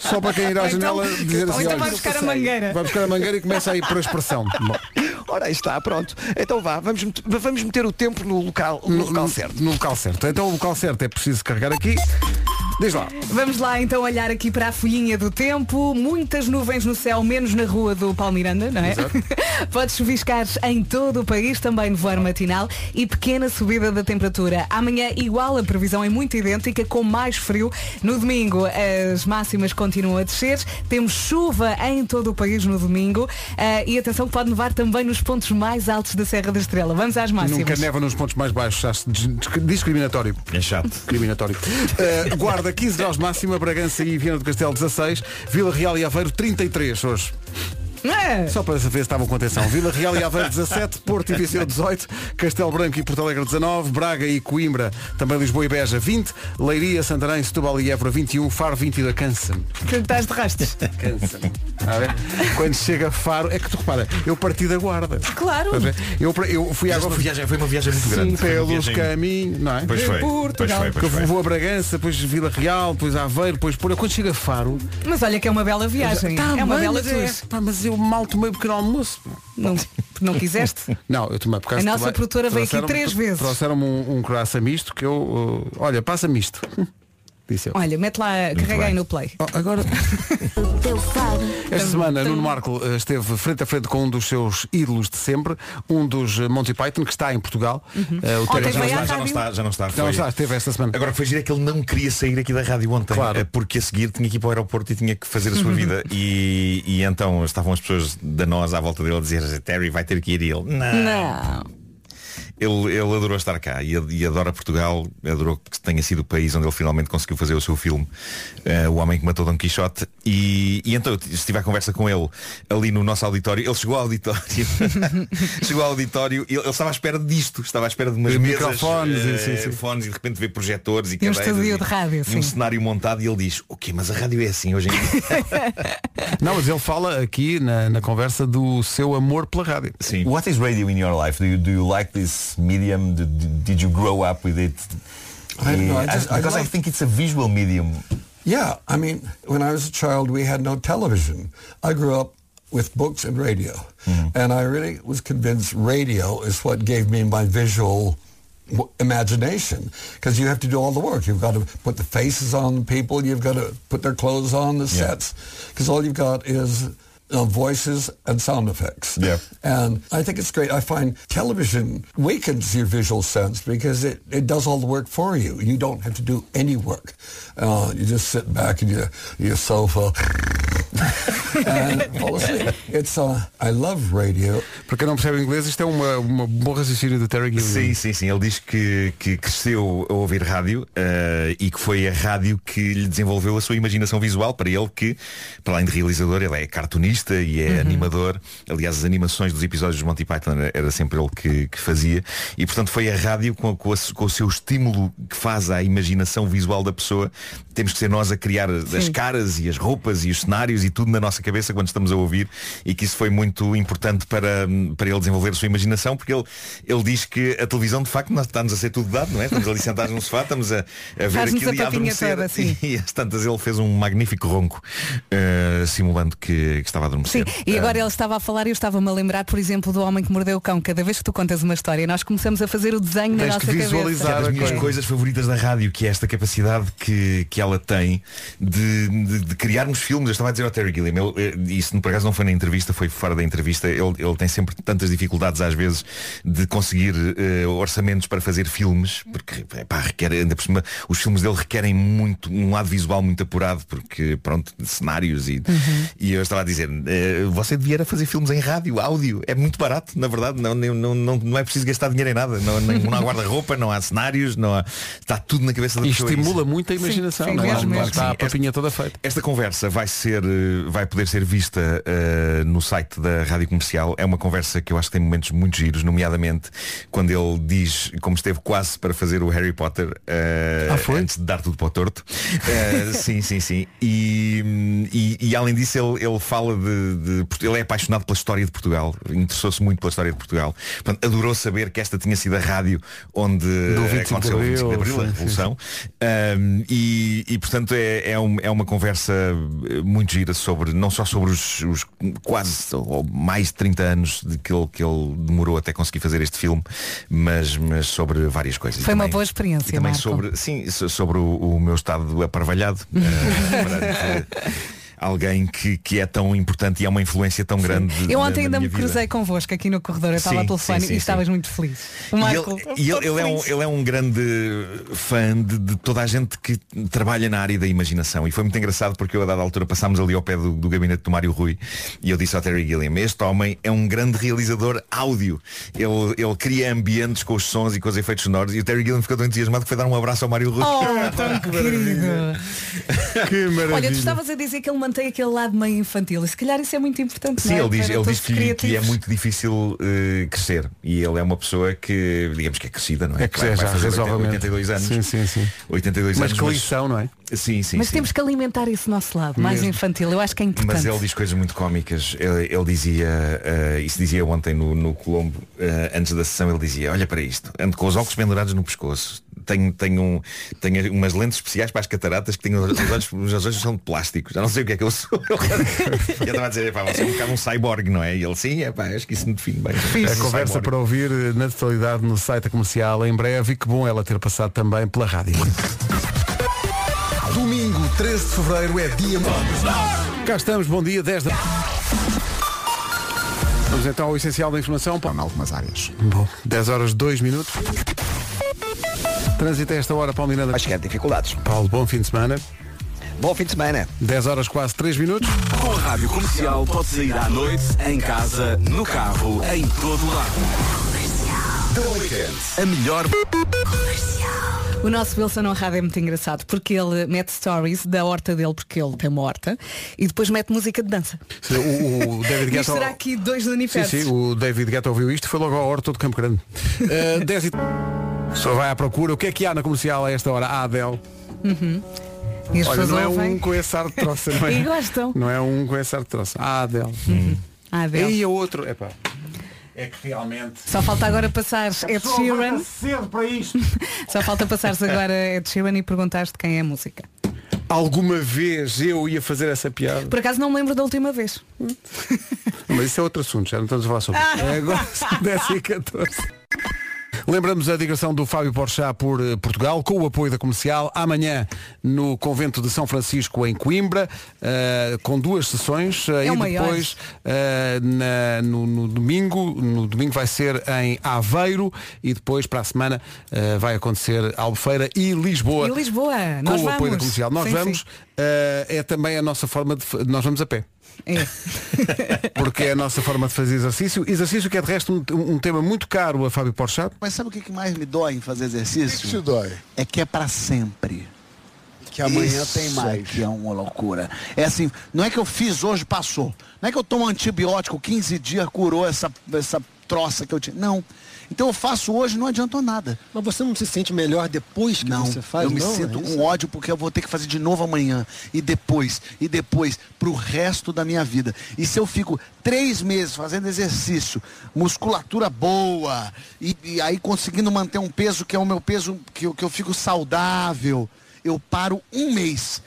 Speaker 2: só para quem ir à
Speaker 4: Ou então-
Speaker 2: janela dizer
Speaker 4: ou
Speaker 2: assim,
Speaker 4: então vai
Speaker 2: olha,
Speaker 4: buscar a mangueira.
Speaker 2: vai buscar a mangueira e começa a ir por expressão. Bom,
Speaker 3: Ora, aí está, pronto. Então vá, vamos, met- vamos meter o tempo no local, no local certo.
Speaker 2: No local certo. Então o local certo é preciso carregar aqui. Diz lá.
Speaker 4: Vamos lá então olhar aqui para a folhinha do tempo. Muitas nuvens no céu, menos na rua do Palmiranda, não é?
Speaker 2: Exato.
Speaker 4: [laughs] Pode chuviscar em todo o país, também nevoeiro matinal e pequena subida da temperatura. Amanhã igual, a previsão é muito idêntica, com mais frio. No domingo as máximas continuam a descer. Temos chuva em todo o país no domingo. Ah, e atenção que pode nevar também nos pontos mais altos da Serra da Estrela. Vamos às máximas.
Speaker 2: Nunca neva nos pontos mais baixos. Acho dis- discriminatório.
Speaker 10: É chato.
Speaker 2: Discriminatório. Uh, Guarda 15 graus de máxima, Bragança e Viana do Castelo 16, Vila Real e Aveiro 33 hoje.
Speaker 4: Ah!
Speaker 2: Só para saber se estavam com atenção. Vila Real e Aveiro 17, Porto e Viseu 18, Castelo Branco e Porto Alegre 19, Braga e Coimbra, também Lisboa e Beja 20, Leiria, Santarém, Setúbal e Évora 21, Faro 22, cansa-me.
Speaker 4: Que estás de rastos.
Speaker 2: Cansa-me. Está a ver? Quando chega Faro, é que tu repara, eu parti da guarda.
Speaker 4: Claro.
Speaker 2: Estás a ver? Eu, eu fui à
Speaker 10: Mas uma viagem, foi uma viagem muito grande.
Speaker 2: Sim,
Speaker 10: Foi uma
Speaker 2: pelos
Speaker 10: viagem-
Speaker 2: caminhos, não é?
Speaker 10: Pois foi. Pois
Speaker 4: Portugal.
Speaker 10: foi,
Speaker 2: Que eu
Speaker 10: pois foi.
Speaker 2: vou a Bragança, depois Vila Real, depois Aveiro, depois Porto. Quando chega a Faro,
Speaker 4: Mas olha que é uma bela viagem.
Speaker 2: tá
Speaker 4: é uma
Speaker 2: bem,
Speaker 4: bela
Speaker 2: mas, é,
Speaker 4: tour.
Speaker 2: pá, mas eu mal tomei um pequeno almoço.
Speaker 4: Não, não quiseste?
Speaker 2: Não, eu tomei por causa
Speaker 4: A nossa produtora veio aqui três vezes.
Speaker 2: Trouxeram-me um, um croissant misto que eu. uh, olha, passa misto. [laughs] disse eu.
Speaker 4: Olha, mete lá, carreguei
Speaker 11: bem.
Speaker 4: no play.
Speaker 2: Oh, agora,
Speaker 5: Teu fado.
Speaker 2: esta semana,
Speaker 4: Então.
Speaker 2: Nuno Marco eh, esteve frente a frente com um dos seus ídolos de sempre, um dos eh, Monty Python, que está em Portugal. Eh, o Terry
Speaker 4: Uhum. Ontem
Speaker 11: Já não,
Speaker 4: veio à
Speaker 11: está,
Speaker 2: Jones-
Speaker 11: já não
Speaker 4: rádio.
Speaker 11: está, já não está.
Speaker 2: Não,
Speaker 11: foi-
Speaker 2: já esteve esta semana.
Speaker 11: Agora foi giro é que ele não queria sair aqui da rádio ontem
Speaker 2: Claro.
Speaker 11: eh, Porque a seguir tinha que ir para o aeroporto e tinha que fazer a sua vida e, e então estavam as pessoas da nós à volta dele a dizer Terry vai ter que ir e ele não.
Speaker 4: Não.
Speaker 11: Ele, ele adorou estar cá e, ad- e adora Portugal Adorou que tenha sido o país onde ele finalmente conseguiu fazer o seu filme eh, O Homem que Matou Dom Quixote e, e então eu t- estive à conversa com ele ali no nosso auditório Ele chegou ao auditório [laughs] Chegou ao auditório ele, ele estava à espera disto Estava à espera de umas
Speaker 2: De
Speaker 11: mesas
Speaker 2: microfones e
Speaker 11: eh,
Speaker 2: sim, sim.
Speaker 11: fones e de repente vê projetores e
Speaker 4: E um
Speaker 11: cadeiras
Speaker 4: estúdio
Speaker 11: e-
Speaker 4: de rádio,
Speaker 11: e
Speaker 4: sim.
Speaker 11: um cenário montado e ele diz, ok, mas a rádio é assim hoje em dia.
Speaker 2: Não, mas ele fala aqui na, na conversa do seu amor pela rádio.
Speaker 11: Sim.
Speaker 12: What is radio in your life? Do you do you like this medium? Did, did you grow up with it?
Speaker 13: I don't know, I
Speaker 12: Yeah,
Speaker 13: just- I
Speaker 12: because I
Speaker 13: love-
Speaker 12: think it's a visual medium.
Speaker 13: Yeah, I mean, when I was a child, we had no television. I grew up with books and radio, and I really was convinced radio is what gave me my visual w- imagination because you have to do all the work. You've got to put the faces on the people. You've got to put their clothes on the sets because all you've got is you know, voices and sound effects.
Speaker 12: Yeah.
Speaker 13: And I think it's great. I find television wakens your visual sense because it, it does all the work for you. You don't have to do any work. Uh, you just sit back in your, your sofa [laughs] and fall asleep. It's, uh, I love radio.
Speaker 2: Para quem não percebe inglês, isto é uma, uma bom raciocínio do Terry Gilliam.
Speaker 11: Sim, sim, sim. Ele diz que, que cresceu a ouvir rádio eh, e que foi a rádio que lhe desenvolveu a sua imaginação visual para ele que, para além de realizador, ele é cartunista e
Speaker 13: Uhum.
Speaker 11: é animador. Aliás, as animações dos episódios dos Monty Python era, era sempre ele que, que fazia. E portanto foi a rádio com, a- com, a- com o seu estímulo que faz à imaginação visual da pessoa. Temos que ser nós a criar as- as caras e as roupas e os cenários e tudo na nossa cabeça quando estamos a ouvir e que isso foi muito importante para, para ele desenvolver a sua imaginação porque ele, ele diz que a televisão de facto nós estamos a ser tudo dado, não é? Estamos ali sentados num sofá, estamos a, a ver
Speaker 4: Faz-nos
Speaker 11: aquilo
Speaker 4: a
Speaker 11: e a
Speaker 4: papinha
Speaker 11: adormecer.
Speaker 4: toda, sim.
Speaker 11: [laughs] E às tantas ele fez um magnífico ronco eh, simulando que, que estava a
Speaker 4: Sim,
Speaker 11: adormecer.
Speaker 4: e
Speaker 11: Eh,
Speaker 4: agora ele estava a falar e eu estava-me a lembrar, por exemplo, do Homem que Mordeu o Cão. Cada vez que tu contas uma história, nós começamos a fazer o desenho na
Speaker 2: Tens
Speaker 4: nossa
Speaker 2: que
Speaker 4: cabeça.
Speaker 2: visualizar.
Speaker 11: é das
Speaker 2: a
Speaker 11: minhas
Speaker 2: coisa.
Speaker 11: coisas favoritas da rádio, que é esta capacidade que, que ela tem de, de, de criarmos filmes. Eu estava a dizer ao Terry Gilliam, ele, eh, isso por acaso não foi na entrevista, foi fora da entrevista. Ele, ele tem sempre tantas dificuldades às vezes de conseguir eh, orçamentos para fazer filmes, porque pá, requer, ainda por cima, os filmes dele requerem muito, um lado visual muito apurado, porque pronto, cenários e, e eu estava a dizer, eh, você devia era fazer filmes em rádio, áudio, é muito barato, na verdade, não, nem- não, não, não é preciso gastar dinheiro em nada, não, nem- não há guarda-roupa, não há cenários, não há, está tudo na cabeça da
Speaker 2: E
Speaker 11: pessoa. é
Speaker 2: estimula muito a imaginação.
Speaker 4: sim,
Speaker 2: não é?
Speaker 4: mesmo,
Speaker 2: Lá
Speaker 4: mesmo.
Speaker 2: Está a papinha toda feita.
Speaker 11: Esta conversa vai ser, eh, vai poder ser vista eh, no site da Rádio Comercial. É uma conversa que eu acho que tem momentos muito giros, nomeadamente quando ele diz como esteve quase para fazer o Harry Potter eh,
Speaker 2: Ah, foi?
Speaker 11: antes de dar tudo para o torto.
Speaker 2: [laughs]
Speaker 11: Eh, sim, sim, sim. E, e- e, além disso ele, ele fala de, de- Ele é apaixonado pela história de Portugal. Interessou-se muito pela história de Portugal. Portanto, adorou saber que esta tinha sido a rádio onde
Speaker 2: Do 25 de
Speaker 11: É, aconteceu o 25 de
Speaker 2: Abril,
Speaker 11: Abril, é, a
Speaker 2: sim, sim.
Speaker 11: Revolução. Um, e, e, portanto é, é, um- é uma conversa eh, muito gira sobre, não só sobre os, os quase ou mais de 30 anos de que, ele, que ele demorou até conseguir fazer este filme, mas, mas sobre várias coisas. E
Speaker 4: Foi uma
Speaker 11: também-
Speaker 4: boa experiência,
Speaker 11: e também
Speaker 4: Marco.
Speaker 11: sobre, sim, so- sobre o, o meu estado aparvalhado. eh, perante Alguém que, que é tão importante e é uma influência tão grande.
Speaker 4: Eu
Speaker 11: na-
Speaker 4: ontem
Speaker 11: na
Speaker 4: ainda me
Speaker 11: minha vida.
Speaker 4: cruzei convosco aqui no corredor, eu estava
Speaker 11: Sim,
Speaker 4: ao telefone
Speaker 11: sim, sim,
Speaker 4: e
Speaker 11: sim.
Speaker 4: estavas muito feliz. O
Speaker 11: E [laughs]
Speaker 4: Marco, oh,
Speaker 11: ele, e ele- ele é um, ele é um grande fã de, de toda a gente que trabalha na área da imaginação E foi muito engraçado porque eu a dada altura passámos ali ao pé do, do gabinete do Mário Rui E eu disse ao Terry Gilliam Este homem é um grande realizador áudio Ele, ele cria ambientes com os sons e com os efeitos sonoros E o Terry Gilliam ficou tão entusiasmado que foi dar um abraço ao Mário Rui
Speaker 4: Oh, tão querido.
Speaker 2: Que maravilha.
Speaker 4: Olha, tu estavas a dizer que ele mantém aquele lado meio infantil. E se calhar isso é muito importante.
Speaker 11: Sim,
Speaker 4: não é?
Speaker 11: ele diz,
Speaker 4: Para
Speaker 11: ele
Speaker 4: todos
Speaker 11: diz
Speaker 4: os
Speaker 11: que, lhe- que lhe é
Speaker 4: criativos.
Speaker 11: muito difícil eh, crescer E ele é uma pessoa que, digamos que é crescida, não é?
Speaker 2: É que
Speaker 11: Claro,
Speaker 2: é
Speaker 11: vai
Speaker 2: já,
Speaker 11: fazer 80,
Speaker 2: razoavelmente.
Speaker 11: 82 anos
Speaker 2: Sim, sim, sim.
Speaker 11: 82
Speaker 2: Mas
Speaker 11: anos
Speaker 2: que lição, não é?
Speaker 11: Sim, sim,
Speaker 4: Mas
Speaker 11: sim.
Speaker 4: temos que alimentar esse nosso lado mais
Speaker 2: Mesmo.
Speaker 4: infantil. Eu acho que é importante.
Speaker 11: Mas ele diz coisas muito cómicas. Ele, ele dizia, eh, isso dizia ontem no, no Colombo, eh, antes da sessão, ele dizia, olha para isto, ando com os óculos pendurados no pescoço. Tenho, tenho, um- tenho umas lentes especiais para as cataratas que tenho os os olhos, os olhos são de plástico. Já não sei o que é que eu sou. [laughs] e eu estava a dizer, "Epá, você é um bocado um cyborg, não é? E ele, sim, é pá, acho que isso me define bem. É
Speaker 2: A conversa para ouvir eh, na totalidade no site da comercial em breve e que bom ela ter passado também pela rádio. Domingo, 13 de Fevereiro, é dia... Cá estamos, bom dia, 10 da... Vamos então ao essencial da informação. Para algumas áreas. Bom, 10 horas 2 minutos. Trânsito a esta hora, Paulo Miranda. Acho
Speaker 3: que é dificuldades.
Speaker 2: Paulo, bom fim de semana.
Speaker 3: Bom fim de semana.
Speaker 2: 10 horas quase 3 minutos.
Speaker 14: Com a rádio comercial pode sair à noite, em casa, no carro, em todo lado. The Weekend. A melhor.
Speaker 4: O nosso Wilson Honrado é muito engraçado porque ele mete stories da horta dele, porque ele tem uma horta, e depois mete música de dança.
Speaker 2: Sim, O, o David Guetta...
Speaker 4: Isto será aqui dois
Speaker 2: Sim,
Speaker 4: universos.
Speaker 2: sim, o David Guetta ouviu isto e foi logo à horta do Campo [laughs] Grande. Uh, 10 e... Só vai à procura. O que é que há na comercial a esta hora? A Adele.
Speaker 4: Uhum. E as
Speaker 2: Olha,
Speaker 4: pessoas
Speaker 2: não é
Speaker 4: ouvem.
Speaker 2: um com esse ar de troça, não é?
Speaker 4: E gostam.
Speaker 2: Não é um com esse ar de troça. A Adele.
Speaker 4: Ah, Adele.
Speaker 2: [laughs] E a outro... Epá. É que realmente...
Speaker 4: Só falta agora passar Ed
Speaker 2: pessoa
Speaker 4: Sheeran.
Speaker 2: acorda cedo para isto.
Speaker 4: [laughs] Só
Speaker 2: [laughs]
Speaker 4: falta passares agora Ed Sheeran e perguntares de quem é a música.
Speaker 2: Alguma vez eu ia fazer essa piada?
Speaker 4: Por acaso não me lembro da última vez.
Speaker 2: Mas isso é outro assunto, já não estamos a falar sobre [laughs] isso.
Speaker 4: Ah.
Speaker 2: É agora são 10 e 14. Lembramos a digressão do Fábio Porchat por eh, Portugal, com o apoio da comercial, amanhã no Convento de São Francisco, em Coimbra, eh, com duas sessões, eh,
Speaker 4: É o
Speaker 2: e
Speaker 4: maior.
Speaker 2: depois eh, na- no, no domingo, no domingo vai ser em Aveiro, e depois para a semana eh, vai acontecer Albufeira e Lisboa.
Speaker 4: E Lisboa,
Speaker 2: com
Speaker 4: nós
Speaker 2: o
Speaker 4: vamos.
Speaker 2: apoio da comercial. Nós
Speaker 4: Sim,
Speaker 2: vamos,
Speaker 4: sim.
Speaker 2: eh, é também a nossa forma de. fa- Nós vamos a pé.
Speaker 4: É.
Speaker 2: [laughs] Porque é a nossa forma de fazer exercício. Exercício que é de resto um, um tema muito caro a Fábio Porchat.
Speaker 10: Mas sabe o que que mais me dói em fazer exercício? O que, te dói? É que é pra sempre.
Speaker 13: Que amanhã tem mais.
Speaker 10: é que é uma loucura. É assim, não é que eu fiz hoje, passou. Não é que eu tomo antibiótico 15 dias, curou essa, essa troça que eu tinha. Não. Então eu faço hoje, não adiantou nada. Mas você não se sente melhor depois que
Speaker 13: você faz,
Speaker 10: Eu me
Speaker 13: não?
Speaker 10: sinto
Speaker 13: É
Speaker 10: um ódio porque eu vou ter que fazer de novo amanhã. E depois, e depois, pro resto da minha vida. E se eu fico três meses fazendo exercício, musculatura boa, e, e aí conseguindo manter um peso que é o meu peso, que, eu- que eu fico saudável, eu paro um mês.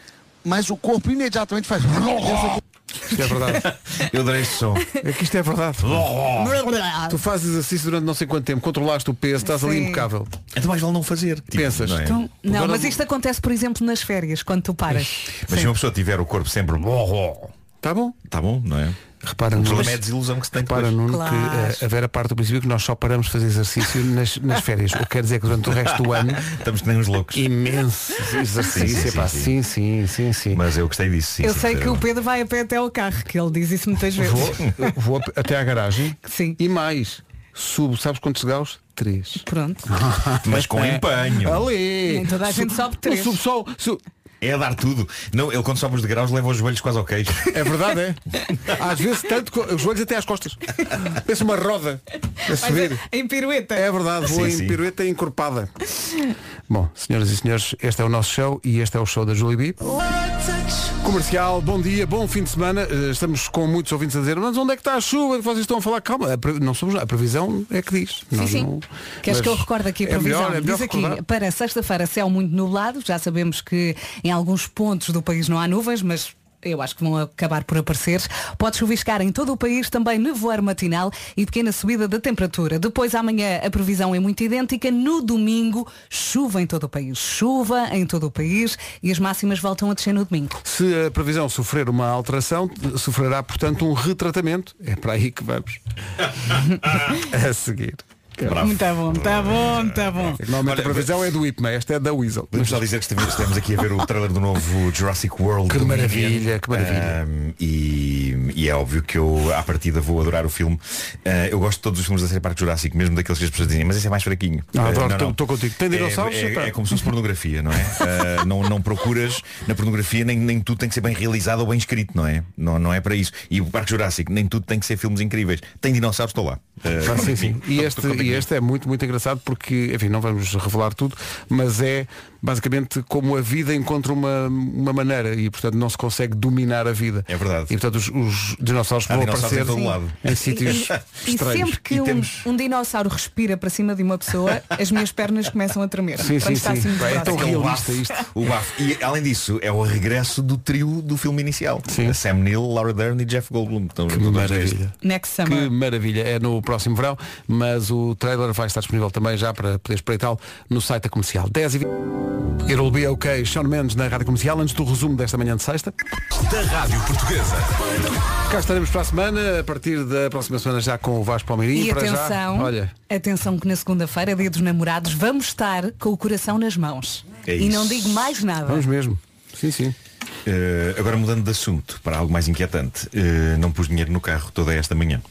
Speaker 10: Mas o corpo imediatamente faz.
Speaker 2: Isto é verdade.
Speaker 11: [laughs] Eu adorei este som.
Speaker 2: É que isto é verdade. tu fazes exercício durante não sei quanto tempo, controlaste o peso, estás ali
Speaker 4: Sim.
Speaker 2: impecável.
Speaker 11: Então mais vale não fazer.
Speaker 2: Pensas.
Speaker 11: não é?
Speaker 4: Então, não,
Speaker 11: Agora-
Speaker 4: mas isto acontece, por exemplo, nas férias, quando tu paras.
Speaker 11: Mas se uma pessoa tiver o corpo sempre.
Speaker 2: Tá bom?
Speaker 11: Tá bom, não é?
Speaker 2: Repara,
Speaker 11: o
Speaker 2: Nuno,
Speaker 11: problema
Speaker 2: mas-
Speaker 11: é a desilusão que se tem
Speaker 2: Repara,
Speaker 11: depois.
Speaker 2: Nuno,
Speaker 11: Claro.
Speaker 2: que eh, a Vera parte do princípio que nós só paramos de fazer exercício nas, nas férias. O que quer dizer que durante o resto do [laughs] ano.
Speaker 11: Estamos que nem uns loucos.
Speaker 2: Imenso exercício.
Speaker 11: Sim, sim,
Speaker 2: Epá,
Speaker 11: sim,
Speaker 2: sim, sim, sim, sim.
Speaker 11: Mas eu gostei disso. sim,
Speaker 4: eu
Speaker 11: sim,
Speaker 4: sei
Speaker 11: sim.
Speaker 4: que o Pedro vai a pé até ao carro, que ele diz isso muitas vezes.
Speaker 2: é um- Vou,
Speaker 11: [laughs]
Speaker 2: eu [laughs] vou ap- até à garagem e mais, subo, sabes quantos graus? Três.
Speaker 4: Pronto.
Speaker 11: Mas com
Speaker 2: É.
Speaker 11: empenho.
Speaker 2: Ali.
Speaker 4: Nem toda a gente sobe três.
Speaker 2: O subsol. su-
Speaker 11: É a dar tudo. Não, ele quando sobe os degraus leva os joelhos quase ao queixo.
Speaker 2: É verdade, [laughs] é? Às vezes tanto, co- os joelhos até às costas. Pensa uma roda a subir.
Speaker 4: Em pirueta.
Speaker 2: É verdade, vou em pirueta encorpada. Bom, senhoras e senhores, este é o nosso show e este é o show da Julie B. Comercial, bom dia, bom fim de semana. Eh, Estamos com muitos ouvintes a dizer, mas onde é que está a chuva que vocês estão a falar? Calma, a pre- não somos nós, a previsão é que diz.
Speaker 4: Sim,
Speaker 2: Nós
Speaker 4: sim.
Speaker 2: não-
Speaker 4: Queres
Speaker 2: mas
Speaker 4: que eu recorde aqui a
Speaker 2: é
Speaker 4: previsão?
Speaker 2: melhor- é melhor
Speaker 4: Diz aqui,
Speaker 2: recordar.
Speaker 4: para sexta-feira céu muito nublado, já sabemos que em alguns pontos do país não há nuvens, mas eu acho que vão acabar por aparecer. Pode chuviscar em todo o país, também nevoeiro matinal e pequena subida da temperatura. Depois amanhã a previsão é muito idêntica. No domingo, chuva em todo o país. Chuva em todo o país e as máximas voltam a descer no domingo.
Speaker 2: Se a previsão sofrer uma alteração, t- sofrerá, portanto, um retratamento. É para aí que
Speaker 4: [laughs]
Speaker 2: vamos. a seguir.
Speaker 4: Muito bom, tá bom, tá bom.
Speaker 2: Normalmente a previsão é do IPMA, esta é da Weasel.
Speaker 11: Podemos já dizer que estamos, estamos aqui a ver o trailer do novo Jurassic World.
Speaker 2: Que
Speaker 11: do
Speaker 2: maravilha,
Speaker 11: Dominion.
Speaker 2: que maravilha.
Speaker 11: Ahm, e, e é óbvio que eu, à partida, vou adorar o filme. Ah, eu gosto de todos os filmes da série Parque Jurássico, mesmo daqueles que as pessoas dizem, mas esse é mais fraquinho.
Speaker 2: Ah,
Speaker 11: Ah,
Speaker 2: adoro,
Speaker 11: não,
Speaker 2: tô-
Speaker 11: não.
Speaker 2: tô contigo. Tem
Speaker 11: É-
Speaker 2: dinossauros, tá.
Speaker 11: É,
Speaker 2: epá.
Speaker 11: é como se fosse pornografia, não é? Ah, não, não procuras na pornografia, nem, nem tudo tem que ser bem realizado ou bem escrito, não é? Não, não é para isso. E o Parque Jurássico, nem tudo tem que ser filmes incríveis. Tem dinossauros, estou lá. Ah,
Speaker 2: Ah, sim, sim.
Speaker 11: enfim,
Speaker 2: E este, e este é muito, muito engraçado porque, enfim, não vamos revelar tudo, mas é basicamente como a vida encontra uma, uma maneira e, portanto, não se consegue dominar a vida. É
Speaker 11: verdade.
Speaker 2: E, portanto, os, os dinossauros
Speaker 11: Há
Speaker 2: vão
Speaker 11: dinossauros
Speaker 2: aparecer
Speaker 11: em todo lado.
Speaker 2: em sítios
Speaker 4: E
Speaker 2: estranhos.
Speaker 4: sempre que um, um dinossauro respira para cima de uma pessoa, as minhas pernas começam a tremer. Quando está assim muito
Speaker 11: Bem,
Speaker 2: Então,
Speaker 4: próximo.
Speaker 11: aquele bafo, O bafo. E além disso, é o regresso do trio do filme inicial. Sam Neill, Laura Dern e Jeff Goldblum. Estão que
Speaker 2: maravilha.
Speaker 4: Next
Speaker 2: Que maravilha, é no próximo verão, mas o trailer vai estar disponível também já para poder espreitá-lo no site da comercial. 10 e 20. It'll be okay. Sean Mendes na Rádio Comercial, antes do resumo desta manhã de sexta.
Speaker 7: Da Rádio Portuguesa.
Speaker 2: Cá estaremos para a semana, a partir da próxima semana já com o Vasco Palmeirinho.
Speaker 4: E
Speaker 2: para
Speaker 4: atenção,
Speaker 2: já, olha,
Speaker 4: atenção que na segunda-feira, dia dos namorados, vamos estar com o coração nas mãos.
Speaker 10: É
Speaker 4: e
Speaker 10: isso.
Speaker 4: não digo mais nada.
Speaker 2: vamos mesmo. Sim, sim.
Speaker 11: Ah,
Speaker 10: Eh, agora mudando de assunto para algo mais inquietante. Eh, não pus dinheiro no carro toda esta manhã.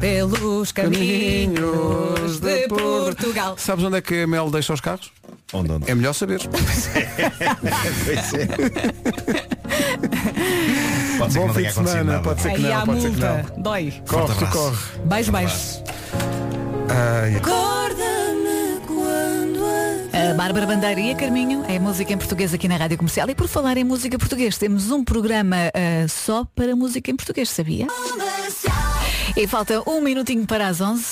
Speaker 4: Pelos caminhos de Portugal.
Speaker 2: Sabes onde é que a Mel deixa os carros?
Speaker 10: Onde, onde? é.
Speaker 2: É melhor
Speaker 10: [laughs]
Speaker 2: saber.
Speaker 10: pois é. Pode ser que
Speaker 2: Bom fim
Speaker 10: não
Speaker 2: de
Speaker 10: tenha acontecido
Speaker 2: semana,
Speaker 10: nada.
Speaker 2: pode ser que
Speaker 4: Aí há
Speaker 2: não, pode ser que
Speaker 4: multa.
Speaker 2: não.
Speaker 4: Dói.
Speaker 2: Corre,
Speaker 10: Forte abraço.
Speaker 2: corre.
Speaker 4: Beijo, beijo.
Speaker 2: Ai,
Speaker 6: Acorda-me quando a Bárbara Bandeira e a Carminho é música em português aqui na Rádio Comercial. E por falar em música português, temos um programa ah, só para música em português, sabia? E falta um minutinho para as 11.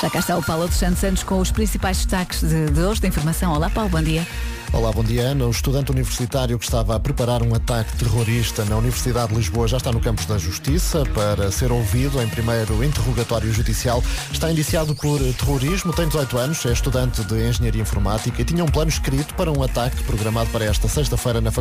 Speaker 6: Já cá está o Paulo dos Santos Santos com os principais destaques de, de hoje da informação. Olá, Paulo, bom dia.
Speaker 15: Olá, bom dia, Ana. O estudante universitário que estava a preparar um ataque terrorista na Universidade de Lisboa já está no campus da Justiça para ser ouvido em primeiro interrogatório judicial. Está indiciado por terrorismo, tem 18 anos, é estudante de Engenharia Informática e tinha um plano escrito para um ataque programado para esta sexta-feira na Faculdade.